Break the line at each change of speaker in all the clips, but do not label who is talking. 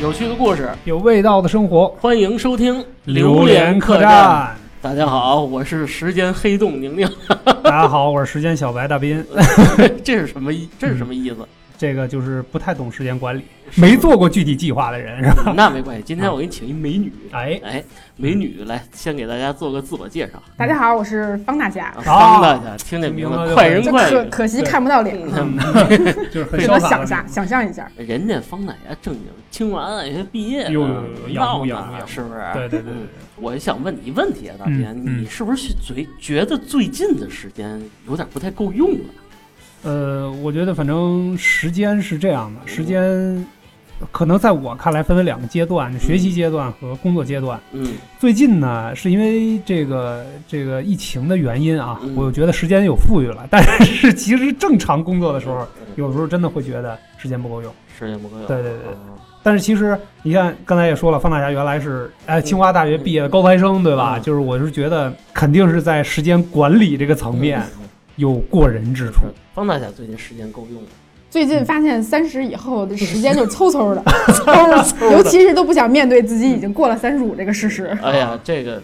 有趣的故事，
有味道的生活，
欢迎收听《
榴
莲
莲客
栈》。。大家好，我是时间黑洞宁宁。
大家好，我是时间小白大斌。
这是什么意？这是什么意思？
这个就是不太懂时间管理，没做过具体计划的人是吧？
那没关系，今天我给你请一美女。
哎，
哎，美女，来先给大家做个自我介绍。
大家好，我是方大家
啊，。方大家，听这名
听
字
着
快人
这
快
可
语。嗯
可惜看不到脸，
嗯 就是很
只
潇洒的
能想
那
象
种。
想象一下。
人家方大家正经清华大学毕业的，
呦呦呦仰
闹
慕仰慕仰
呢，
慕
是不是？
对对对
嗯我想问你问题啊，大
嗯
斌，
嗯
你是不是最觉得最近的时间有点不太够用了？
呃，我觉得反正时间是这样的，时间可能在我看来分为两个阶段，学习阶段和工作阶段。
嗯
最近呢，是因为这个这个疫情的原因啊
嗯，
我觉得时间有富裕了，但是其实正常工作的时候，
嗯
有时候真的会觉得时间不够用。
时间不够用。
对对对对
嗯
但是其实你看，刚才也说了，方大侠原来是哎清华大学毕业的高材生，对吧？
嗯
就是我是觉得肯定是在时间管理这个层面
嗯
有过人之处。
方大侠最近时间够用吗？
最近发现三十以后的时间就抽抽的，抽，尤其是都不想面对自己已经过了三十五这个事实。
哎呀，这个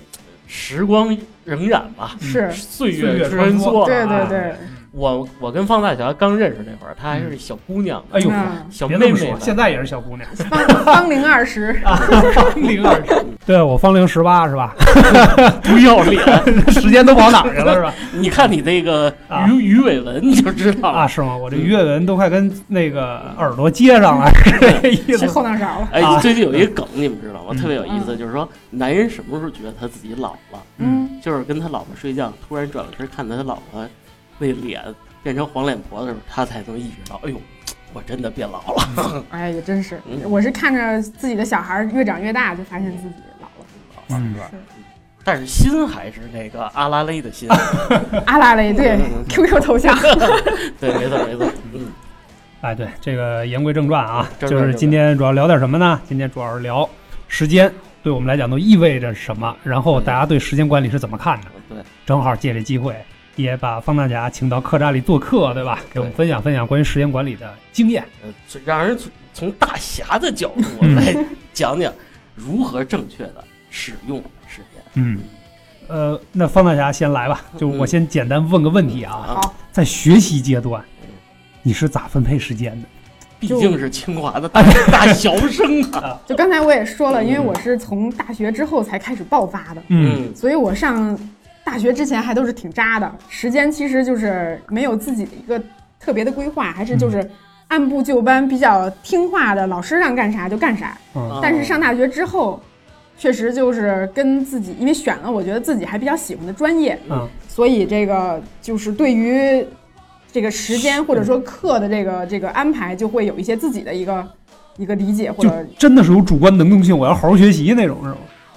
时光荏苒吧，
是，
岁
嗯岁
月
月
穿
穿
梭。
梭
对
啊
对对，
我我跟方大侠刚认识那会儿，她还是小姑娘呢，
哎呦，
嗯，
小
别
妹
这么
妹
说，
呢。
现在也是小 姑娘，
芳芳龄二十，
芳龄二十。对我芳龄十八是吧？
不要脸！
时间都跑哪儿去了是吧？
你看你那个
啊
鱼鱼尾纹，你就知道
啊，
了。
是吗？我这阅文都快跟那个耳朵接上了，是
嗯
这意
是
思
后脑勺了。
哎
啊，
最近有一个梗，你们知道吗？
嗯
特别有意思，就是说男人什么时候觉得他自己老了？
嗯
嗯，
就是跟他老婆睡觉，突然转过身看他老婆那脸变成黄脸婆的时候，他才能意识到，哎呦，我真的变老了。
哎，也真是
嗯，
我是看着自己的小孩越长越大，就发现自己老了。
嗯，
但是心还是那个阿拉蕾的 心。
阿拉蕾啊对
嗯嗯嗯
QQ 头像，
对，没错没错。嗯，
哎，对，这个言归正传啊，
正传
就是今天主要聊点什么呢？今天主要是聊时间对我们来讲都意味着什么，然后大家对时间管理是怎么看的。
嗯对，
正好借这机会，也把方大侠请到客栈里做客，对吧？给我们分享分享关于时间管理的经验。
呃最让人从从大侠的角度
嗯
来讲讲如何正确的使用时间。
嗯，呃，那方大侠先来吧，就
嗯
我先简单问个问题
啊，
啊，在学习阶段
嗯，
你是咋分配时间的？
毕竟是清华的大大小生啊。
就刚才我也说了，因为我是从大学之后才开始爆发的，
嗯，
所以我上大学之前还都是挺渣的，时间其实就是没有自己的一个特别的规划，还是就是按部就班，比较听话的，老师让干啥就干啥。
啊
嗯
但是上大学之后，确实就是跟自己，因为选了我觉得自己还比较喜欢的专业，
嗯，
所以这个就是对于这个时间或者说课的这个这个安排，就会有一些自己的一个一个理解或
就
者
真的是有主观能动性，我要好好学习那种，是吗？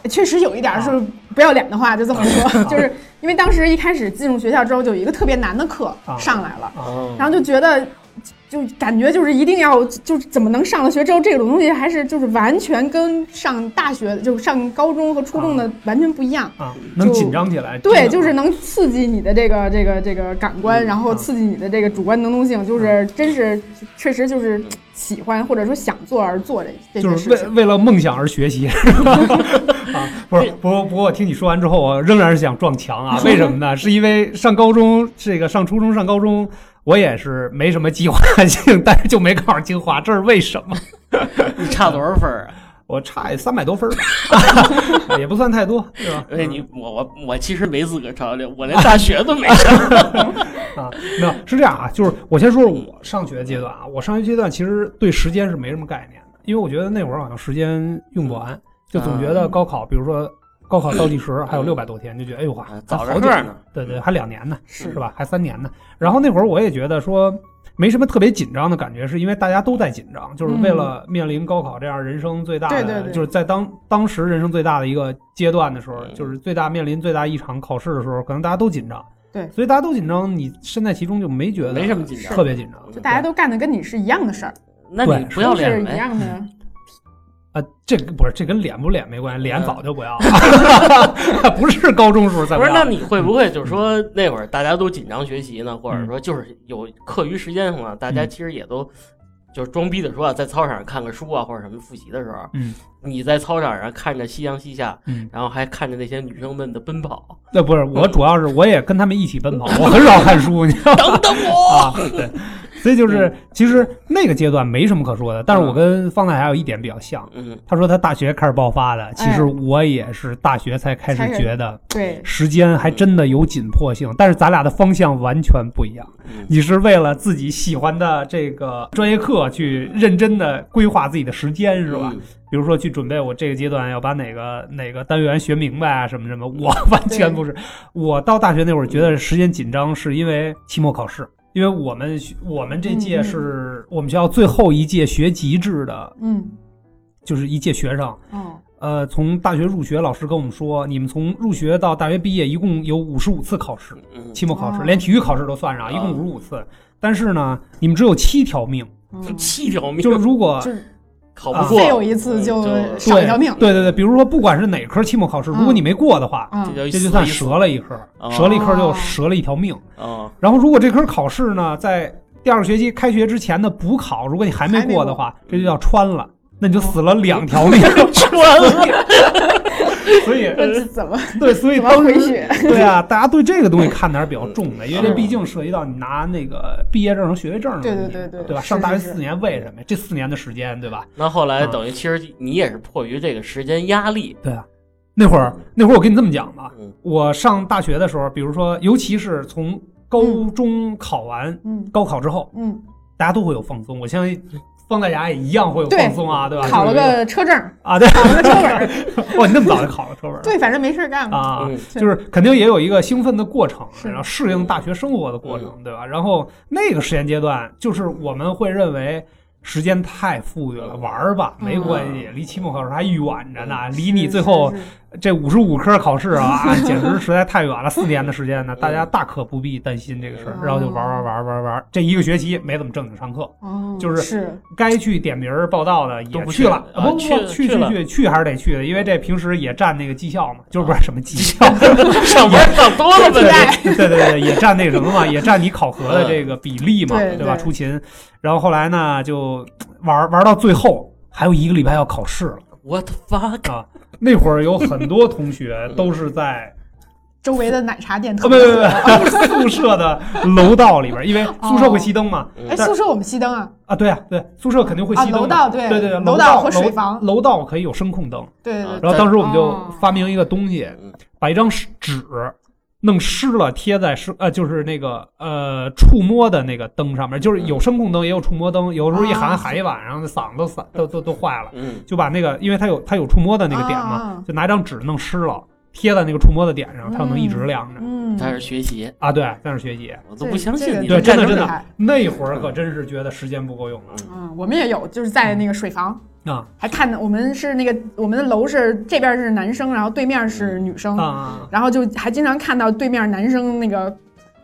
确实有一
啊
点儿是不要脸的话，就这么说， 就是因为当时一开始进入学校之后，就有一个特别难的课
啊
上来了，
哦，
然后就觉得。就感觉就是一定要就是怎么能上了学之后这种东西还是就是完全跟上大学就上高中和初中的完全不一样，
啊，能紧张起来。真
对，
的
就是能刺激你的这个这个这个感官，然
嗯
后刺激你的这个主观能动性，就是真是确实就是喜欢或者说想做而做这这
就
些
是
事
为
情。
为了梦想而学 习，是吧？啊，不是，不过不过我听你说完之后，我仍然是想撞墙 啊！为什么呢？是因为上高中，这个上初中、上高中，我也是没什么计划性，但是就没考上清华，这是为什么？
你差多少分儿啊？
我差三百多分儿吧， 也不算太多，对吧？
哎，你我我我其实没资格嘲笑，我连大学都没 上。
啊，没有是这样啊，就是我先说说我上学阶段啊，我上学阶段其实对时间是没什么概念的，因为我觉得那会儿好像时间用不完，就总觉
嗯
得高考，比如说高考倒计时还有六百多天，就觉得哎呦哇
啊，
咱
早着
好久
这儿
呢
呢，
对对，还两年呢，
是
是吧？还三年呢。然后那会儿我也觉得说。没什么特别紧张的感觉，是因为大家都在紧张，就是为了面临高考这样人生最大的，
嗯对对对
就是在当当时人生最大的一个阶段的时候，
嗯
就是最大面临最大一场考试的时候，可能大家都紧张。
对
所以大家都紧张，你身在其中就没觉得
没什么紧张嗯
特别紧张。
就
大家都干的跟你是一样的事儿，
那你
对
不要
都是
脸哎
一
呗？
样的。
啊，这个不是这跟脸不脸没关系，脸早就不要了， 不是高中时候才
嗯不是，那
要。
你会不
嗯
会就是说那
嗯
会儿大家都紧张学习呢？或者说就是有课余时间的话，大家其实也都就是装逼的说啊，在操场上看个书啊或者什么复习的时候，
嗯，
你在操场上看着夕阳西下，
嗯，
然后还看着那些女生们的奔 跑，
那呃不是
嗯
我，主要是我也跟他们一起奔跑，我很少看书，你知道吗？
等等我，
啊，对，嗯所以就是其实那个阶段没什么可说的，但是我跟方太还有一点比较像，
嗯，
他说他大学开始爆发的，其实我也是大学才哎开始觉得
对，
时间还真的有紧迫性，但是咱俩的方向完全不一样。
嗯
你是为了自己喜欢的这个专业课去认真的规划自己的时间，是吧？？比如说去准备我这个阶段要把哪个哪个单元学明白啊，什么什 么，我完全不是。我到大学那会儿觉得时间紧张，是因为期末考试，因为我们学我们这届
嗯
是我们学校最后一届学籍制的，
嗯，
就是一届学生。
哦，
呃，从大学入学，老师跟我们说，你们从入学到大学毕业，一共有五十五次考试，
嗯，
期末考试，
哦
连体育考试都算上，一共
啊
五十五次。但是呢，你们只有七条命，
嗯，
七条命，
就是如果
就是
考
啊
不过，
再有一次就
嗯
少一条命，
对对对，比如说不管是哪科期末考试，如果
嗯
你没过的话，
嗯，
这
这就算
说
折了一科，
哦
折了一科就折了一条命。
啊，
然后如果这科考试呢，在第二个学期开学之前的补考，如果你还没过的哦话，这就叫穿了，那你就死了两条 命。
穿了，
所以，
那这怎么
对，所 以
怎么
当
回
时。
血？
对啊，大家对这个东西看的还是比较重的，因为这毕竟涉及到你拿那个毕业证和学位证的
对
问
对
题，
对对
对吧？
是
上大学
是是
四年为什么呀？这四年的时间，对吧？
那后
嗯
来等于其实你也是迫于这个时间压力，
对啊，那会儿那会儿我跟你这么讲吧
嗯，
我上大学的时候，比如说，尤其是从高中考完
嗯
高考之后，
嗯，
大家都会有放松，我相信。方大家也一样会有
对
放松啊，对吧？
考了
就是
个车证，
啊，对，
考了个车本，
哇，你那么早就考了 车本儿
对，反正没事儿干嘛。
啊，
嗯
就是肯定也有一个兴奋的过程，
是
然后适应大学生活的过程，对吧？然后那个时间阶段，就是我们会认为时间太富裕了，玩儿吧，没关系，离期末考试还远着呢，离你最后
嗯是是是
这五十五科考试啊， 啊简直实在太远了，四年的时间呢，大家大可不必担心这个事儿，
嗯
然后就玩玩玩玩玩，这一个学期没怎么正经上课，
哦，
就是
是
该去点名儿报道的
都
也
不
去
去
了，
啊
不不
去
不去
去
去
了
去去还是得去的，因为这平时也占那个绩效嘛，就是不是什么绩效，
上班上多了
对
呗，
对对对对，也占那个什么嘛，也占你考核的这个比例嘛，
对
对吧？
对
出勤，然后后来呢就玩玩到最后。还有一个礼拜要考试了，
我的 fuck，
那会儿有很多同学都是在
周围的奶茶店
啊，不
特别
不
多。
不不，宿舍的楼道里边儿，因为宿舍会熄灯嘛。
哎，宿舍我们熄灯啊，
啊，对啊，对，宿舍肯定会
啊，
熄灯
楼
嘛。
道对
对对对，
楼
道
和水
楼
房，
楼道可以有声控灯。
对对对，
然后当时我们就
哦
发明一个东西，
嗯
把一张纸弄湿了，贴在是呃，就是那个呃触摸的那个灯上面，就是有声控灯，也有触摸灯，有时候一
啊
喊喊一晚上，嗓子都散都都都坏了，
嗯，
就把那个，因为它有它有触摸的那个点
啊
嘛
啊，
就拿一张纸弄湿了，贴在那个触摸的点上，它就能一直亮着。
嗯，
他是学习，
啊，对，在那儿学习。
我都不相信你
对，
们
真
干
的
这
真
个，
的，那会儿可真是觉得时间不够用了
嗯，我们也有，就是在那个水房。
啊
还看的，我们是那个我们的楼是这边是男生，然后对面是女生，
啊
然后就还经常看到对面男生那个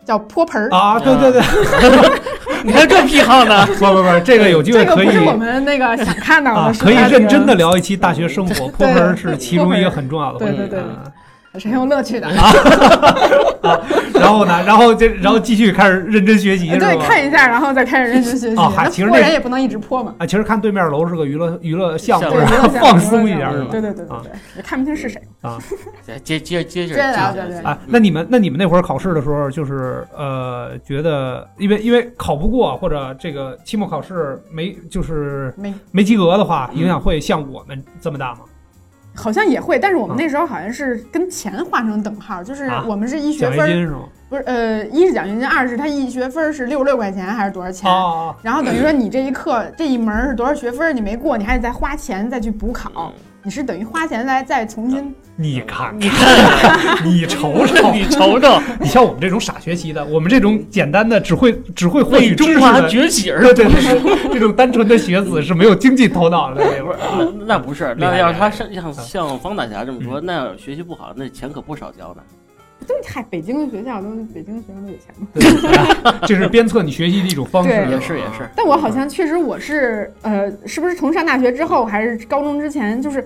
叫泼盆儿，
啊！对对对，
你还有这癖好呢？
不不不，这个有机
这
会
个
可
不
以
是我们那个想看到
啊
的，，是
可以
他
认
那个
真的，聊一期大学生活，泼盆儿是其中一个很重要的
对
环节。
对对
啊
是很有乐趣的。
然后呢，然后这然后继续开始认真学习，是吧
呃对，看一下，然后再开始认真学习。
啊还
那
其实
泼
那
人也不能一直泼嘛，
啊，其实看对面楼是个娱乐娱乐项目，
对
然
娱乐
后
项目
放松一点
娱乐
是
项目
吧？
对对对对对，也看不清是谁。
接接接着
接着聊接着聊
啊，那 你们那你们那会儿考试的时候，就是呃，觉得因为因为考不过或者这个期末考试没就是
没，
没及格的话，
嗯
影响会像我们这么大吗？
好像也会，但是我们
啊
那时候好像是跟钱画成等号，就是
啊
我们是一学
奖
分
学
儿，
金是吗？
不是呃，一是奖学金，二是他一学分儿是六六块钱还是多少钱？
哦
然后等于说你这一课这一门儿是多少学分儿，你没过，你还得再花钱再去补考，哦你是等于花钱来再重新。
你看，
你看，
你瞅瞅，
你瞅瞅，
你像我们这种傻学习的，我们这种简单的只会只会获
为
取知
中
识
华
的，
崛起而
对对对对，这种单纯的学子是没有经济头脑的那会儿啊。
那不是，
厉
那
害
要
厉
是
害啊嗯
他像像像方大侠这么说，那学习不好，那钱可不少交呢。
对，嗨，北京的学校都北京的学生都有钱嘛。
这是鞭策你学习的一种方式，啊
对
也是也是，
但我好像确实我是呃，是不是从上大学之后还是高中之前，就是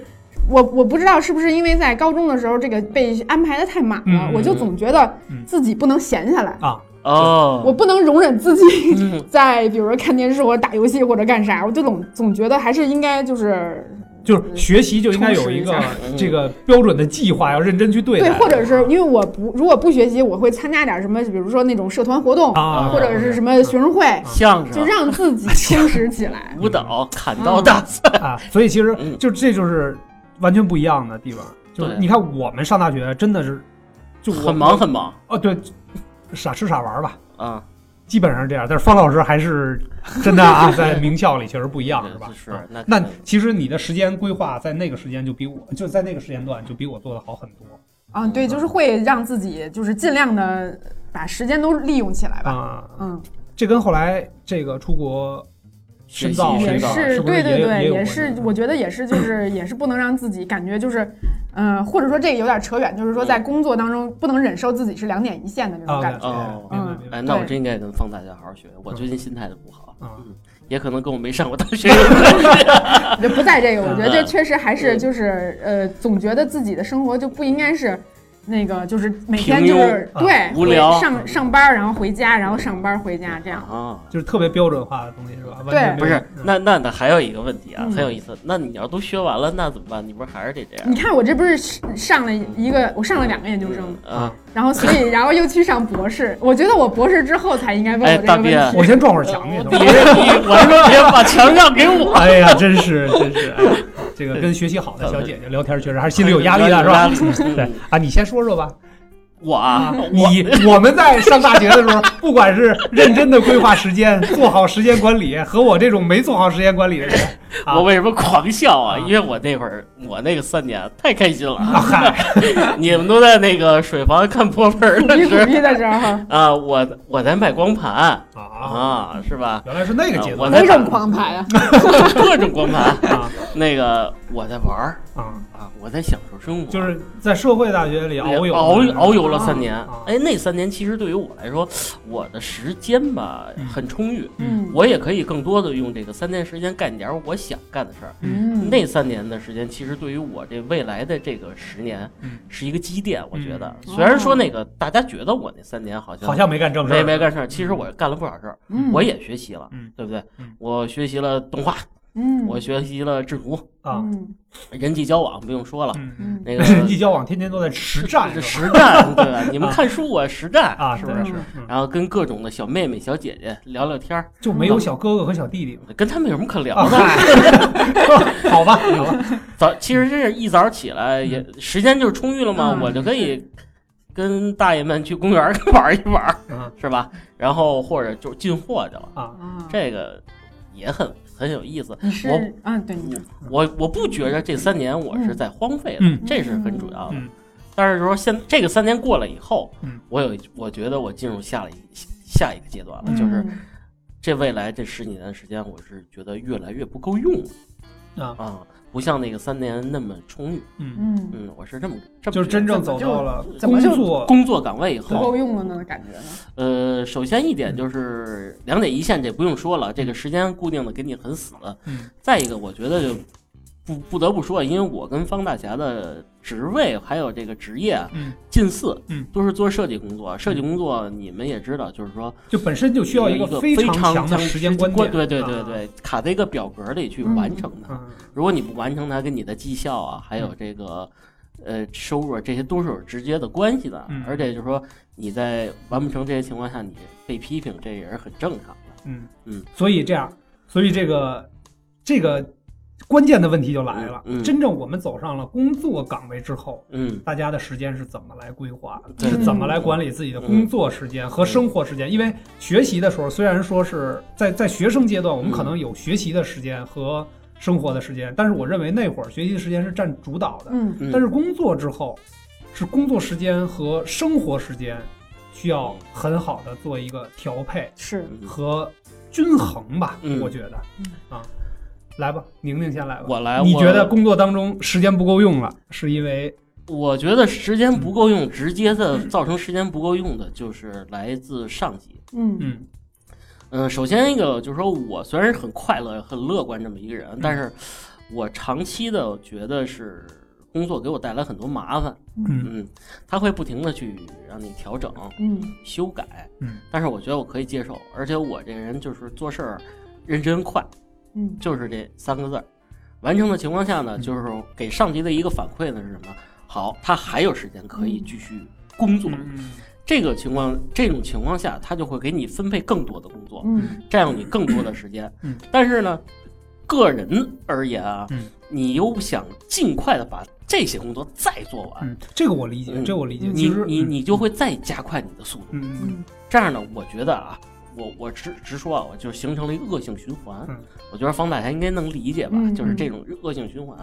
我我不知道是不是因为在高中的时候这个被安排的太满了，
嗯
我就总觉得自己不能闲下来。
啊
哦，
我不能容忍自己
嗯
在比如说看电视或者打游戏或者干啥，我就总总觉得还是应该就是
就是学习就应该有一个
充
一下
这个标准的计划，要认真去对待。
对，或者是因为我不如果不学习，我会参加点什么，比如说那种社团活动，
啊，
或者是什么学生会，
嗯相声、
就让自己 充实起来。
舞蹈、砍
嗯
刀大赛，
啊，所以其实
嗯
就这就是完全不一样的地方。就是
对
你看我们上大学真的是就我
很忙很忙
哦，对，傻吃傻玩吧。
啊，
基本上是这样，但是方老师还是真 的啊，在名校里确实不一样，
对
是吧？
是
啊
那
那
肯定
其实你的时间规划在那个时间就比我就在那个时间段就比我做的好很多
啊，对，就是会让自己就是尽量的把时间都利用起来吧。
啊。
嗯，
这跟后来这个出国深造
学习
这
也
个
深造
哦是
是
不
对
是
对
也有
对，
有
也
关系
是我觉得也是 就是也是不能让自己感觉就是，嗯，或者说这个有点扯远，就是说
嗯
在工作当中不能忍受自己是两点一线的这种
啊？
感觉。
哦
明白明白
哎，那我
对
真应该跟方大家好好学。我最近心态就不好，
啊
也可能跟我没上过大学有关。
就不在这个，我觉得这
嗯
确实还是
嗯
就是呃，总觉得自己的生活就不应该是那个，就是每天
平
就
庸
是
啊
对
无聊
回上上班，然后回家，然后上班回家这样。
啊，
就是特别标准化的东西是吧？完全没
对
不
有
是，那那那还有一个问题啊，
嗯
很有意思。那你要都学完了，那怎么办？你不是还是得这样
你？看我这不是上了一个，我上了两个研究生，
啊，
然后所以然后又去上博士，我觉得我博士之后才应该问
哎
我这个
大
问
斌
我
题。
先撞会儿墙去
别
都
别，我说别把墙让给我。
哎呀，真是真是，哎呀这个跟学习好的小姐姐聊天，确实 还是心里有压力的是吧？
吧
对啊，你先说说吧。
我啊，我
你我们在上大学的时候，不管是认真的规划时间，做好时间管理，和我这种没做好时间管理的人，啊
我为什么狂笑啊？
啊
因为我那会儿我那个三年太开心了，
啊嗨，
你们都在那个水房看破盆儿
苦
的
逼苦
时候
逼的时候，
啊，我我在卖光盘
啊，
啊，是吧？
原来是那个阶
我
段
在
哪种狂牌 啊？
各种光盘，
啊
那个我在玩儿
啊，
啊，我在享受生活，
就是在社会大学
哎
里遨游
遨遨游了三年
啊。
哎，那三年其实对于我来说，我的时间吧
嗯
很充裕，
嗯
我也可以更多的用这个三年时间干点儿我想干的事儿。
嗯，
那三年的时间，其实对于我这未来的这个十年
嗯，
是一个积淀。我觉得，
嗯
虽然说那个大家觉得我那三年好像
好像没干正事
没
儿，
没干事儿，其实我干了不少事儿，
嗯
我也学习了
嗯，
对不对
嗯？
我学习了动画，
嗯
我学习了制图，
啊，
嗯
人际交往不用说了，
嗯嗯
嗯
那个
人际交往天天都在实战
是
是
实
吧
战，对吧？你们看书我实战
啊，
是不是？
是？嗯
然后跟各种的小妹妹、小姐姐聊聊天儿，
就没有小哥哥和小弟弟吗？
跟他们有什么可聊
啊，
的？
嗨 好吧，好吧，
早其实真是一早起来
嗯
也时间就是充裕了嘛，
嗯
我就可以跟大爷们去公园儿 玩一玩儿，
嗯
是吧？然后或者就进货去了，
啊，
啊，
这个也很很有意思。
你是
我
啊？对，你
我我不觉着这三年我是在荒废
嗯
了，这是很主要的
嗯。
但是说现这个三年过了以后
嗯，
我有我觉得我进入下了一下一个阶段了，
嗯
就是这未来这十几年的时间，我是觉得越来越不够用了
啊
啊，不像那个三年那么充裕。
嗯，
嗯。
嗯，我是这么这么
就是
觉得
真正走到了
怎
工
么就
作
工作岗位以
不
后，
够用了呢，感觉呢？
呃，首先一点就是两点一线，这不用说了，这个时间固定的给你很死。
嗯
再一个，我觉得就不不得不说，因为我跟方大侠的职位还有这个职业啊
嗯，
近似，
嗯，
都是做设计工作。设计工作你们也知道，就是说
就本身就需要一
一
个
非
常强的
的
时间观啊
观
念，
对对对对，卡在一个表格里去
嗯
完成它。
啊，
如果你不完成它，跟你的绩效啊，还
嗯
有这个呃收入啊，这些都是有直接的关系的。
嗯
而且就是说你在完不成这些情况下，你被批评，这也是很正常的。
嗯嗯
嗯，
所以这样，所以这个这个关键的问题就来了，
嗯嗯
真正我们走上了工作岗位之后。
嗯，
大家的时间是怎么来规划的？
对嗯
是怎么来管理自己的工作时间和生活时间？因为学习的时候，虽然说是在在学生阶段，我们可能有学习的时间和生活的时间，但是我认为那会儿学习的时间是占主导的。
嗯
嗯
但是工作之后，是工作时间和生活时间需要很好的做一个调配
是，
嗯
和均衡吧，
嗯
我觉得
嗯
啊，来吧，宁宁先来吧。
我来，
你
我
觉得工作当中时间不够用了，是因为
我觉得时间
嗯
不够用，直接的造成时间不够用的，就是来自上级。
嗯
嗯
嗯，首先一个就是说我虽
嗯
然是很快乐、很乐观这么一个人，但是我长期的觉得是工作给我带来很多麻烦。
嗯
嗯，他会不停的去让你调整、
嗯
修改。
嗯，
但是我觉得我可以接受，而且我这个人就是做事儿认真快，
嗯
就是这三个字儿。完成的情况下
嗯
呢，就是给上级的一个反馈呢是什么？好，他还有时间可以继续工作。
嗯
这个情况，这种情况下，他就会给你分配更多的工作，
嗯
占用你更多的时间。
嗯，
但是呢，个人而言啊，
嗯
你又想尽快的把这些工作再做完，
嗯，这个我理解，
嗯
这我理解。
你
其实
你你就会再加快你的速度。
嗯嗯
嗯
这样呢，我觉得啊，我我直直说啊，我就形成了一个恶性循环。
嗯
我觉得方大侠应该能理解吧，
嗯
就是这种恶性循环，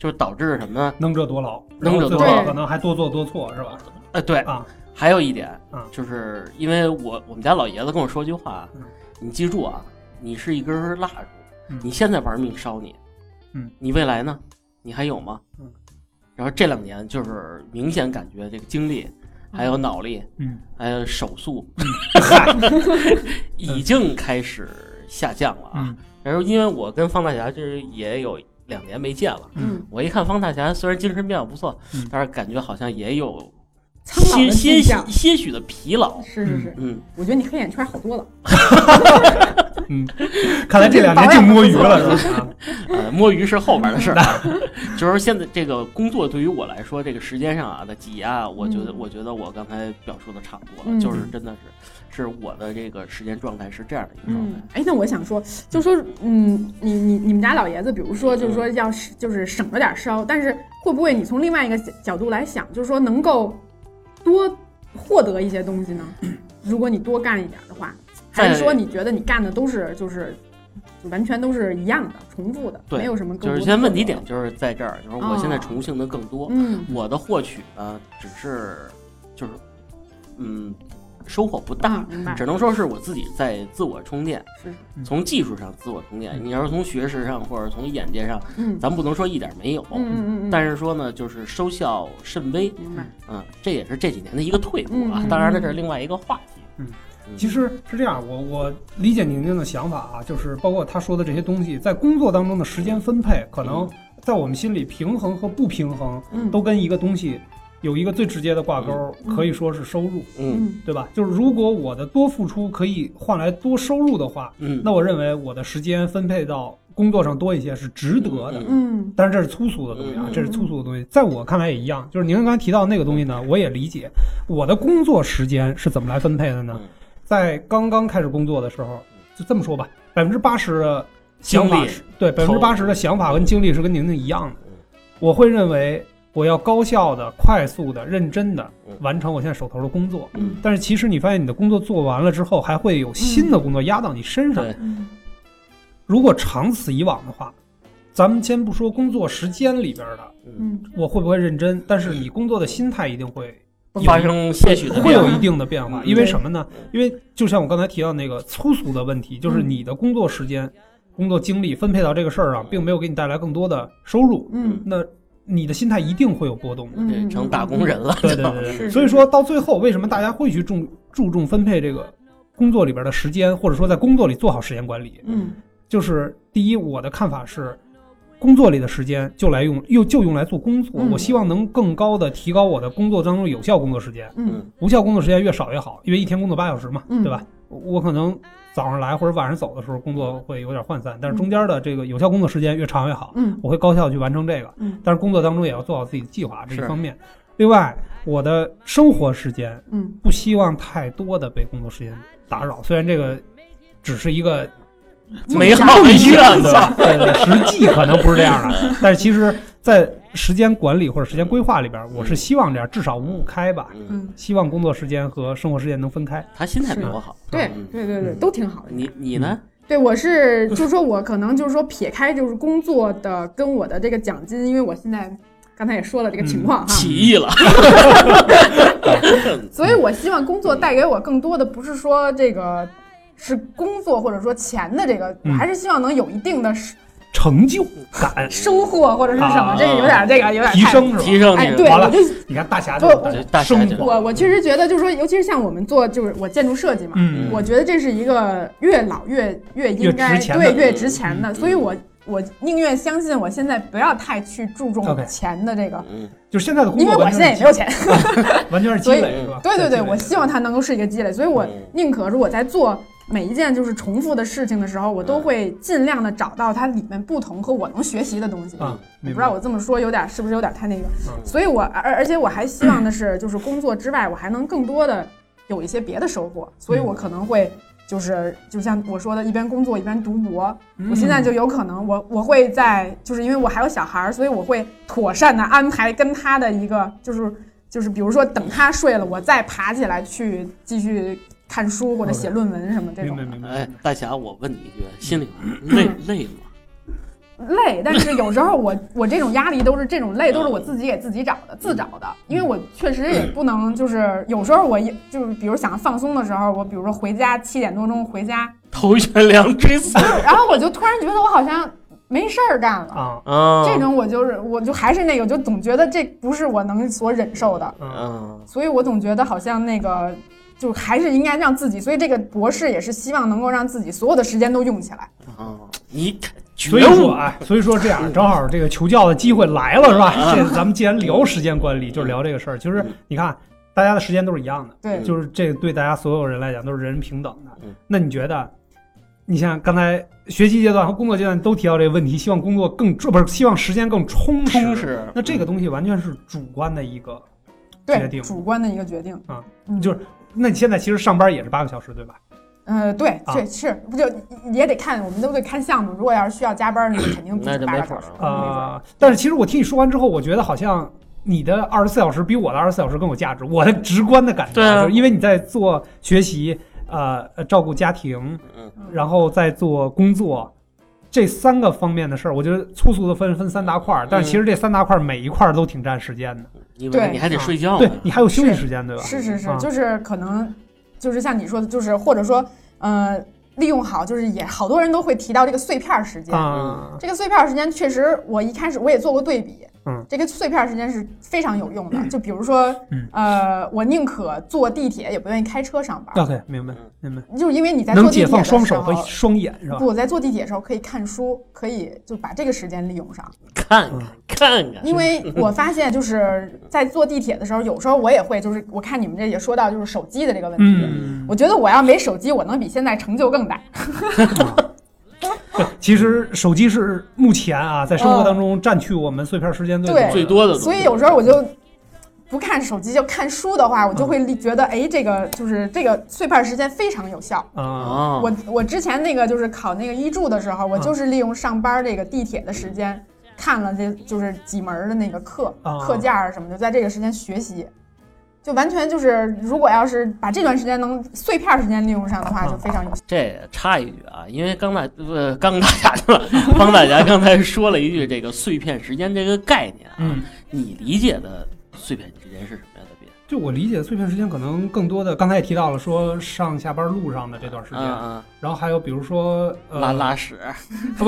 就是导致什么呢？
能者多劳，
能者
然后最
多
后
劳
可能还多做多错是吧？
呃，对，
啊，
还有一点
啊，
就是因为我我们家老爷子跟我说句话啊
嗯，
你记住啊，你是一根蜡烛
嗯，
你现在玩命烧你，
嗯，
你未来呢？你还有吗？
嗯，
然后这两年就是明显感觉这个精力，还有脑力，
嗯，
还有手速， 已经开始下降了啊
嗯。
然后因为我跟方大侠就是也有两年没见了，
嗯，
我一看方大侠虽然精神面貌不错
嗯，
但是感觉好像也有
苍老
些些
的迹
许
象，
些许的疲劳。
是是是，
嗯，
我觉得你黑眼圈好多了，
看来这两年净摸鱼了是吧？啊
呃，摸鱼是后边的事儿啊， 就是说现在这个工作对于我来说，这个时间上啊的挤压，我觉得，
嗯
我觉得我刚才表述的差不多了，
嗯
就是真的是，是我的这个时间状态是这样的一个状态
嗯。，哎，那我想说，就说，嗯，你你你们家老爷子，比如说，就是
嗯
说要是就是省着点烧，但是会不会你从另外一个角角度来想，就是说能够多获得一些东西呢？如果你多干一点的话，还
在
是说你觉得你干的都是就是完全都是一样的、重复的，
对
没有什么更
就是
多的
现在问题
获得
点就是在这儿，就是我现在重复性的更多，
哦嗯
我的获取呢只是就是嗯收获不大，
啊，明白
只能说是我自己在自我充电，
是
嗯
从技术上自我充电。
嗯
你要是从学识上或者从眼界上，
嗯
咱不能说一点没有
嗯，嗯嗯，
但
是
是说呢，就是收效甚微，
明白
嗯，这也是这几年的一个退步啊
嗯嗯。嗯
当然了，这是另外一个话题。
嗯
嗯，
其实是这样，我我理解宁宁的想法啊，就是包括她说的这些东西，在工作当中的时间分配，可
嗯
能在我们心里平衡和不平衡，
嗯
都跟一个东西有一个最直接的挂钩，
嗯
可以说是收入，
嗯
嗯
对吧？就是如果我的多付出可以换来多收入的话，
嗯，
那我认为我的时间分配到工作上多一些是值得的。
嗯
嗯
但是这是粗俗的东西啊
嗯，
这是粗俗的东西，在我看来也一样。就是您刚才提到那个东西呢，我也理解。我的工作时间是怎么来分配的呢？
嗯
在刚刚开始工作的时候，就这么说吧，百分之八十的想
精
法
力
是对百分之八十的想法跟精力是跟宁宁一样的
嗯。
我会认为我要高效的、快速的、认真的
嗯
完成我现在手头的工作。
嗯
但是其实你发现你的工作做完了之后，还会有新的工作压到你身上。
对
嗯
如果长此以往的话，咱们先不说工作时间里边的
嗯，
嗯
我会不会认真，但是你工作的心态一定会
发生些许的
会
变
有
化。
一定的变化，
嗯
因为什么呢？因为就像我刚才提到那个粗俗的问题，
嗯
就是你的工作时间、工作精力分配到这个事儿上，并没有给你带来更多的收入，
嗯
那你的心态一定会有波动的。
对，
嗯
成打工人了。
对对对
是
对，
是
所以说到最后，为什么大家会去重注重分配这个工作里边的时间，或者说在工作里做好时间管理？
嗯
就是第一，我的看法是，工作里的时间就来用，又就用来做工作。
嗯
我希望能更高的提高我的工作当中有效工作时间，
嗯
无效工作时间越少越好，因为一天工作八小时嘛，
嗯
对吧？我我可能早上来或者晚上走的时候工作会有点涣散，但是中间的这个有效工作时间越长越好，
嗯
我会高效地去完成这个。
嗯
但是工作当中也要做好自己的计划这一
是
方面。另外，我的生活时间
嗯
不希望太多的被工作时间打
嗯
扰，虽然这个只是一个
嗯
美好的愿望。
对对，实际可能不是这 样的，但是其实，在时间管理或者时间规划里边，我是希望这样，至少五五开吧，
嗯，
嗯，
希望工作时间和生活时间能分开。
他心态比我好。
对
嗯
对对对，
嗯
都挺好的。
你你呢？
对，我是就是说我可能就是说撇开就是工作的跟我的这个奖金，因为我现在刚才也说了
嗯
这个情况哈，
起义了。
所以我希望工作带给我更多的不是说这个是工作或者说钱的这个，我
嗯
还是希望能有一定的收
成就感
收获或者是什么
啊，
这个有 点这个有点
提
太。
升
提
是吧？
升
哎，
你
对，
完了
我就
你看大侠
不
就
我
大侠
生
就
活，
我我确实觉得，就是说，尤其是像我们做，就是我建筑设计嘛，
嗯
我觉得这是一个越老越越应该
越值钱的
对越值钱的，
嗯
所以我我宁愿相信我现在不要太去注
OK
重钱的这个，
嗯，
就是现在的工
因为
作
我
完
现在
全
也
是
没有钱。
完全是积
所以
累，是吧？
对对对，
积累
我希望它能够是一个积累，所以我
嗯
宁可是我在做每一件就是重复的事情的时候，我
嗯
都会尽量的找到它里面不同和我能学习的东西。
啊，
我
明
不知
白
道我这么说有点是不是有点太那个
嗯，
所以我而而且我还希望的是，就是工作之外，我还能更多的有一些别的收获，所以
嗯
我可能会就是就像我说的，一边工作一边读博。
嗯
我现在就有可能我我会在就是因为我还有小孩儿，所以我会妥善的安排跟他的一个就是就是比如说等他睡了，我再爬起来去继续看书或者写论文什么这
明
种
白。明白。嗯
哎，大侠，我问你一句，心里累累吗？
累，但是有时候我我这种压力都是这种累，都是我自己给自己找的，自找的。
嗯
因为我确实也不能，就是有时候我也就是，比如想放松的时候，我比如说回家七点多钟回家，
头悬梁锥刺
然后我就突然觉得我好像没事儿干了。
啊，
啊
这种我就是，我就还是那个，就总觉得这不是我能所忍受的，
嗯，
嗯
所以我总觉得好像那个，就还是应该让自己，所以这个博士也是希望能够让自己所有的时间都用起来。
啊，你
所以
觉
说
悟嗯
啊，所以说这样正好这个求教的机会来了，是吧？
啊
这咱们既然聊时间管理，就聊这个事儿。其实
嗯
你看，大家的时间都是一样的，
对，
就是这对大家所有人来讲都是人人平等的
嗯。
那你觉得，你像刚才学习阶段和工作阶段都提到这个问题，希望工作更不是希望时间更充实。
充实。嗯
那这个东西完全是主观的一个，决
对
定
主观的一个决定
啊，
嗯
就是那你现在其实上班也是八个小时，对吧？
呃，对
啊
对是，不就也得看，我们都得看项目。如果要是需要加班儿，那就肯定不
那
止
就
八
没
个
准儿
小时
了。
啊、但是其实我听你说完之后，我觉得好像你的二十四小时比我的二十四小时更有价值，我的直观的感觉，
对啊
就是因为你在做学习，呃，呃照顾家庭，
嗯
然后在做工作。这三个方面的事儿，我觉得粗俗的分分三大块儿，但是其实这三大块儿每一块儿都挺占时间的。
因为
对
你还得睡觉
对
呢。
你还有休息时间，对吧？
嗯是是是
啊，
就是可能，就是像你说的，就是或者说，呃，利用好，就是也好多人都会提到这个碎片儿时间。
啊，
这个碎片儿时间确实，我一开始我也做过对比。
嗯，
这个碎片儿时间是非常有用的。就比如说
嗯，
呃，我宁可坐地铁，也不愿意开车上班，
OK，明
嗯
白明白，
就是因为你在坐
啊能
地铁
解
的时候，
放双手和双眼是吧
不，？我在坐地铁的时候可以看书，可以就把这个时间利用上。
看
嗯
看看看，
因为我发现就是在坐地铁的时候，有时候我也会，就是我看你们这也说到就是手机的这个问题，
嗯，
我觉得我要没手机，我能比现在成就更大。
对，其实手机是目前啊，在生活当中占据我们碎片时间最多
对
的
最多的东西，
所以有时候我就不看手机，就看书的话，我就会立觉得，哎，这个就是这个碎片时间非常有效。
啊，
啊，
我我之前那个就是考那个医助的时候，我就是利用上班这个地铁的时间。看了这就是几门儿的那个课
啊
课件儿什么的，就在这个时间学习，就完全就是，如果要是把这段时间能碎片儿时间利用上的话，
啊
就非常有效。
这插一句啊，因为刚大呃刚大侠去了，帮大家刚才说了一句这个碎片时间这个概念啊，
嗯，
你理解的碎片时间是什么样的别？
就我理解，碎片时间可能更多的，刚才也提到了，说上下班路上的这段时间，
啊
然后还有比如说
啊，
呃，
拉拉屎，
不，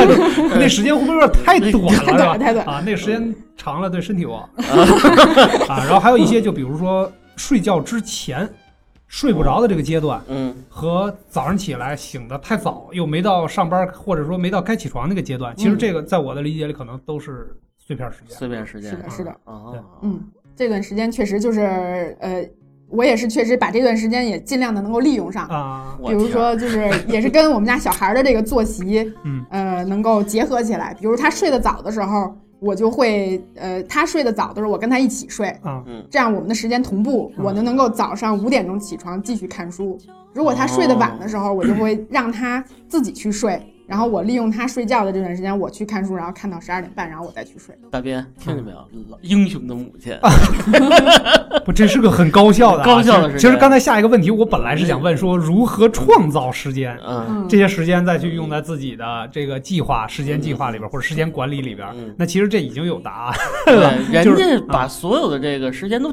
那时间会不会有点太短了？
太短了，太短
是
了。
吧啊，那个时间长了对身体不 好啊。然后还有一些，就比如说睡觉之前睡不着的这个阶段，
嗯
和早上起来醒得太早又没到上班，或者说没到该起床那个阶段，
嗯
其实这个在我的理解里可能都是碎片时间。
碎片时间
是的，是的。
对
啊，
嗯，这段时间确实就是，呃，我也是确实把这段时间也尽量的能够利用上，
啊，
我
比如
天啊
说就是也是跟我们家小孩儿的这个作息，
嗯，
呃，能够结合起来。比如他睡得早的时候，我就会，呃，他睡得早的时候，我跟他一起睡，
啊，
这样我们的时间同步，
嗯
我呢能够早上五点钟起床继续看书。如果他睡得晚的时候，我就
哦
会让他自己去睡。然后我利用他睡觉的这段时间，我去看书，然后看到十二点半，然后我再去睡。
大斌听见没有？
嗯
老英雄的母亲，
啊
不，这是个很高效的 啊、
高效的
其实
时间
其实刚才下一个问题，我本来是想问说如何创造时间，
嗯
嗯
这些时间再去用在自己的这个计划、时间计划里边或者时间管理里边。
嗯，
那其实这已经有答案
对，
就
人
是
家把所有的这个时间都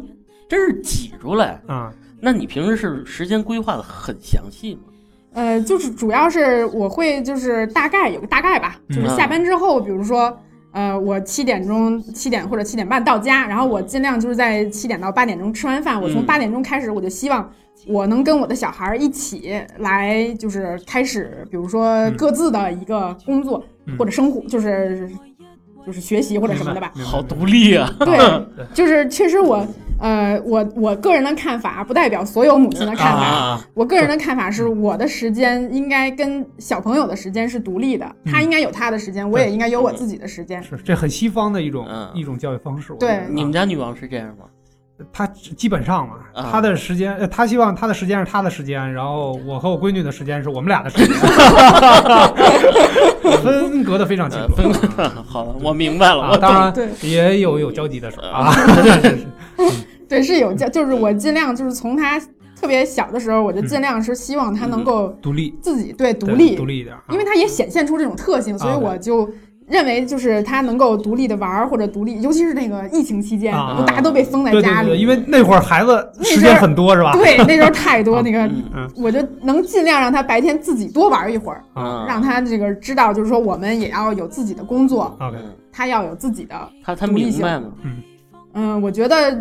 真是挤出来。
啊、
那你平时是时间规划的很详细吗？
呃，
嗯
就是主要是我会就是大概有个大概吧，就是下班之后，比如说呃，我七点钟、七点或者七点半到家，然后我尽量就是在七点到八点钟吃完饭。我从
嗯
八点钟开始，我就希望我能跟我的小孩儿一起来，就是开始，比如说
嗯
各自的一个工作、
嗯
或者生活，就是就是学习或者什么的吧。
明白嗯
好独立啊！
对，就是确实我呃，我我个人的看法不代表所有母亲的看法。
啊，
我个人的看法是，
嗯
我的时间应该跟小朋友的时间是独立的，他
嗯
应该有他的时间，我也应该有我自己的时间。
是这很西方的一种、
嗯
一种教育方式。我
对
觉得啊
你们家女王是这样吗？
他基本上嘛，
啊
他的时间，呃他希望他的时间是他的时间，然后我和我闺女的时间是我们俩的时间，分隔的非常清
呃，
楚。
分好了，我明白了，
啊，
我
当然
对
也有有交集的时候啊，
对，是
嗯
有教，就是我尽量就是从他特别小的时候，我就尽量是希望他能够
独立，
自己对独
嗯对
立
独，立一点啊，
因为他也显现出这种特性，所以
啊对
我就。认为就是他能够独立的玩儿或者独立，尤其是那个疫情期间，
啊
就大家都被封在
对对
家
对，
里，
因为那会儿孩子
那
时
阵
间
儿
很多是吧？
对那时候太
啊
多那个，
嗯
我就能尽量让他白天自己多玩儿一会儿，
啊
让他这个知道，就是说我们也要有自己的工作，
OK，
嗯
他要有自己的，
他他
独立
明
性
白吗？
嗯，我觉得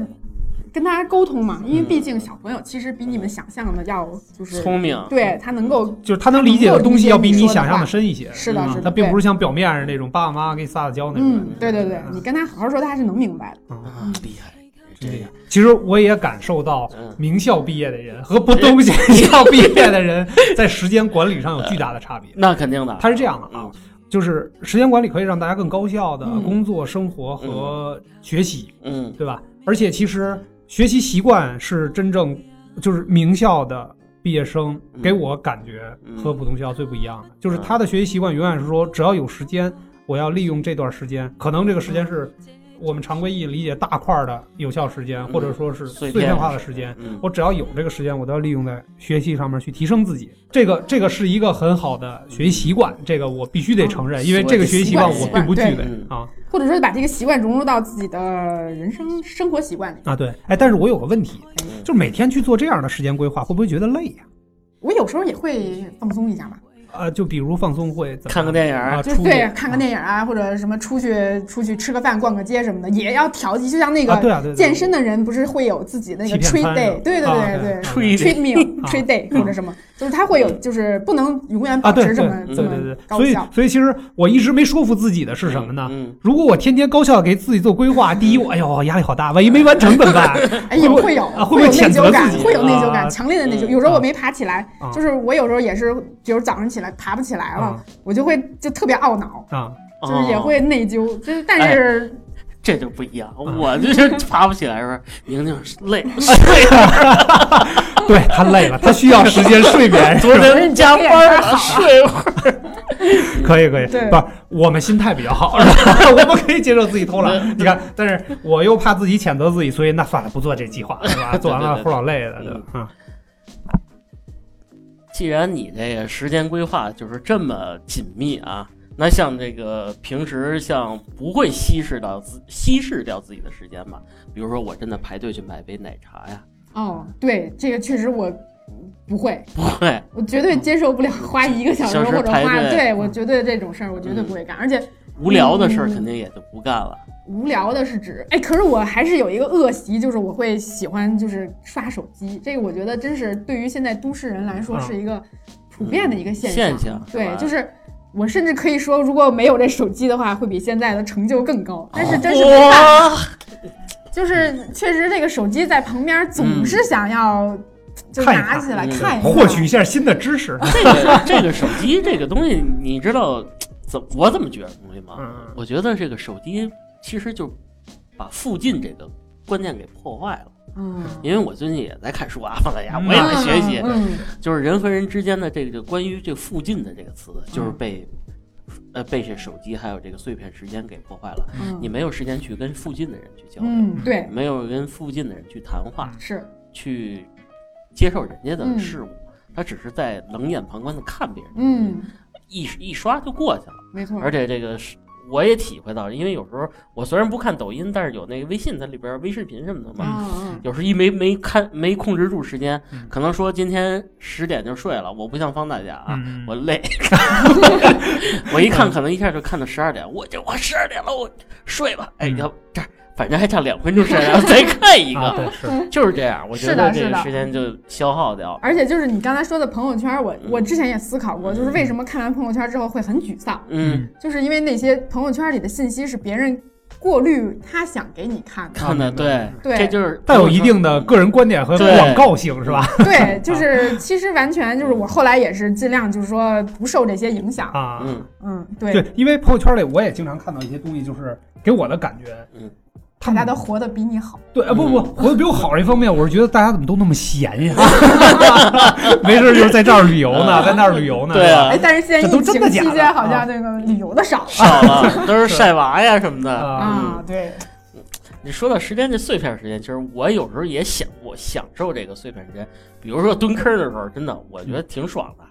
跟他沟通嘛，因为
嗯
毕竟小朋友其实比你们想象的要就是
聪明，
对他能够
就是他能理解的东西要比你想象的深一些，啊
是的，
嗯
是的，
他并不
是
是像表面上那种爸爸妈妈给你撒撒娇那种感
嗯
觉。，
对对对，你跟他好好说，他还是能明白的。
嗯
啊，厉害，
真
这
厉
个
害。其实我也感受到
嗯
名校毕业的人和不东学校毕业的人在时间管理上有巨大的差别。
那肯定的，
它是这样的啊
嗯，
就是时间管理可以让大家更高效的
嗯
工作、生活和学习，
嗯
对吧？而且其实学习习惯是真正就是名校的。毕业生
嗯
给我感觉
嗯
和普通学校最不一样的，就是他的学习习惯永远是说，只要有时间，我要利用这段时间。可能这个时间是我们常规意义理解大块儿的有效时间，
嗯
或者说是碎
碎
片
片
化的时间。
嗯
我只要有这个时间，我都要利用在学习上面去提升自己。这个这个是一个很好的学习习惯，这个我必须得承认，因为这个学习习惯我并不具备
嗯
啊
或者说把这个习惯融入到自己的人生生活习惯里。
啊对。哎，但是我有个问题，
嗯
就是每天去做这样的时间规划，会不会觉得累呀？
我有时候也会放松一下吧，
啊，就比如放松会怎么
看个电影儿
啊，
就
出
对
去
看个电影啊，或者什么出去出去吃个饭、逛个街什么的，也要调剂。就像那
啊，对
个
啊对对对
健身的人不是会有自己那个
欺
treat
骗餐
day，对对
啊
对对
啊
对 Treat
treat meal
啊
treat day 或者什么，就是他会有，就是不能永远
啊，
保
对
持
对
这么
对
这
对
么
对，
高
所以
效。
所以其实我一直没说服自己的是什么呢？
嗯，
如果我天天高效地给自己做规划，第一，我哎呦压力好大，万一没完成怎么办？
哎，有
会
会有
啊会不
会
会
有内
谴责
疚感
自，己
会有内疚感，
啊
强烈的内疚。
嗯
有时候
啊
我没爬起来
啊，
就是我有时候也是，比如早上起来爬不起来了
啊，
我就会就特别懊恼，
啊，
就是也
哦
会内疚，就是但
哎
是
这就不一样，
嗯
我就是爬不起来时候，明明是累，
哎
啊对他累了，他需要时间睡 眠。
昨天加班儿
啊
睡会儿，
可以可以，
对
不是我们心态比较好，是吧？ 我们可以接受自己偷懒。你看，但是我又怕自己谴责自己，所以那算了，不做这 计划，是吧？做完了
对对对嗯
后老累的，对吧？啊，
既然你这个时间规划就是这么紧密啊，那像这个平时像不会稀释到自稀释掉自己的时间吧，比如说我真的排队去买杯奶茶呀，
哦，对，这个确实我不会。
不会，
我绝对接受不了花一个小时
小时
或者
排
花，
队嗯
对我绝对这种事儿我
嗯
绝对不会干，而且
无聊的事儿
嗯
肯定也就不干了。
无聊的是指，哎，可是我还是有一个恶习，就是我会喜欢就是刷手机，这个我觉得真是对于现在都市人来说
啊
是一个普遍的一个现象，
现象是吧
对，就是。我甚至可以说，如果没有这手机的话，会比现在的成就更高。但是真是没办法，
哇，
就是确实这个手机在旁边，总
嗯
是想要就
看一
拿
看
起来
嗯
看
啊
一看，
获取一下新的知识。
这个这个手机这个东西，你知道怎我怎么觉得东西吗？
嗯，
我觉得这个手机其实就把附近这个观念给破坏了。
嗯，
因为我最近也在看书啊，放在家我也在学习，
嗯，
就是人和人之间的这个关于这附近的这个词，就是被，呃，被这手机还有这个碎片时间给破坏了。
嗯
你没有时间去跟附近的人去交流，
嗯，对，
没有跟附近的人去谈话，
是，
去接受人家的
嗯
事物，他只是在冷眼旁观的看别人，
嗯，
一一刷就过去了。
没错，
而且这个是我也体会到了，因为有时候我虽然不看抖音，但是有那个微信，它里边微视频什么的嘛，
嗯
有时一没没看没控制住时间
嗯，
可能说今天十点就睡了，我不像方大家啊，
嗯
我 累，我一看可能一下就看到十二点，我就我十二点了，我睡吧，哎，
嗯
要不这儿反正还差两分钟时间，然后再看一
啊，
个，
对是，
嗯。
就是这样，我觉
是
得
的
这
是
个
的
时间就消耗掉，
而且就是你刚才说的朋友圈，我
嗯
我之前也思考过，
嗯
就是为什么看完朋友圈之后会很沮丧，
嗯，
就是因为那些朋友圈里的信息是别人过滤他想给你看的。
看的对，
嗯对
这就是
带有一定的个人观点和
对
广告性是吧？
对，
啊
就是其实完全就是我后来也是尽量就是说不受这些影响。
啊，
嗯
嗯，对，
对，因为朋友圈里我也经常看到一些东西，就是给我的感觉，
嗯，
他
大家
们
都活得比你好。
对，呃不不，活得比我好这方面，我是觉得大家怎么都那么 闲呀？没事儿就是在这儿旅游呢，在那儿旅游呢，
嗯对啊
哎，但是现在
这都
疫
真
情
的
期
假的
间好
啊
像这个旅游的少了
少 了，都是晒娃呀什么的。
啊，
啊。对，
嗯
你说到时间这碎片时间，其实我有时候也想我享受这个碎片时间，比如说蹲坑的时候，真的我觉得挺爽的。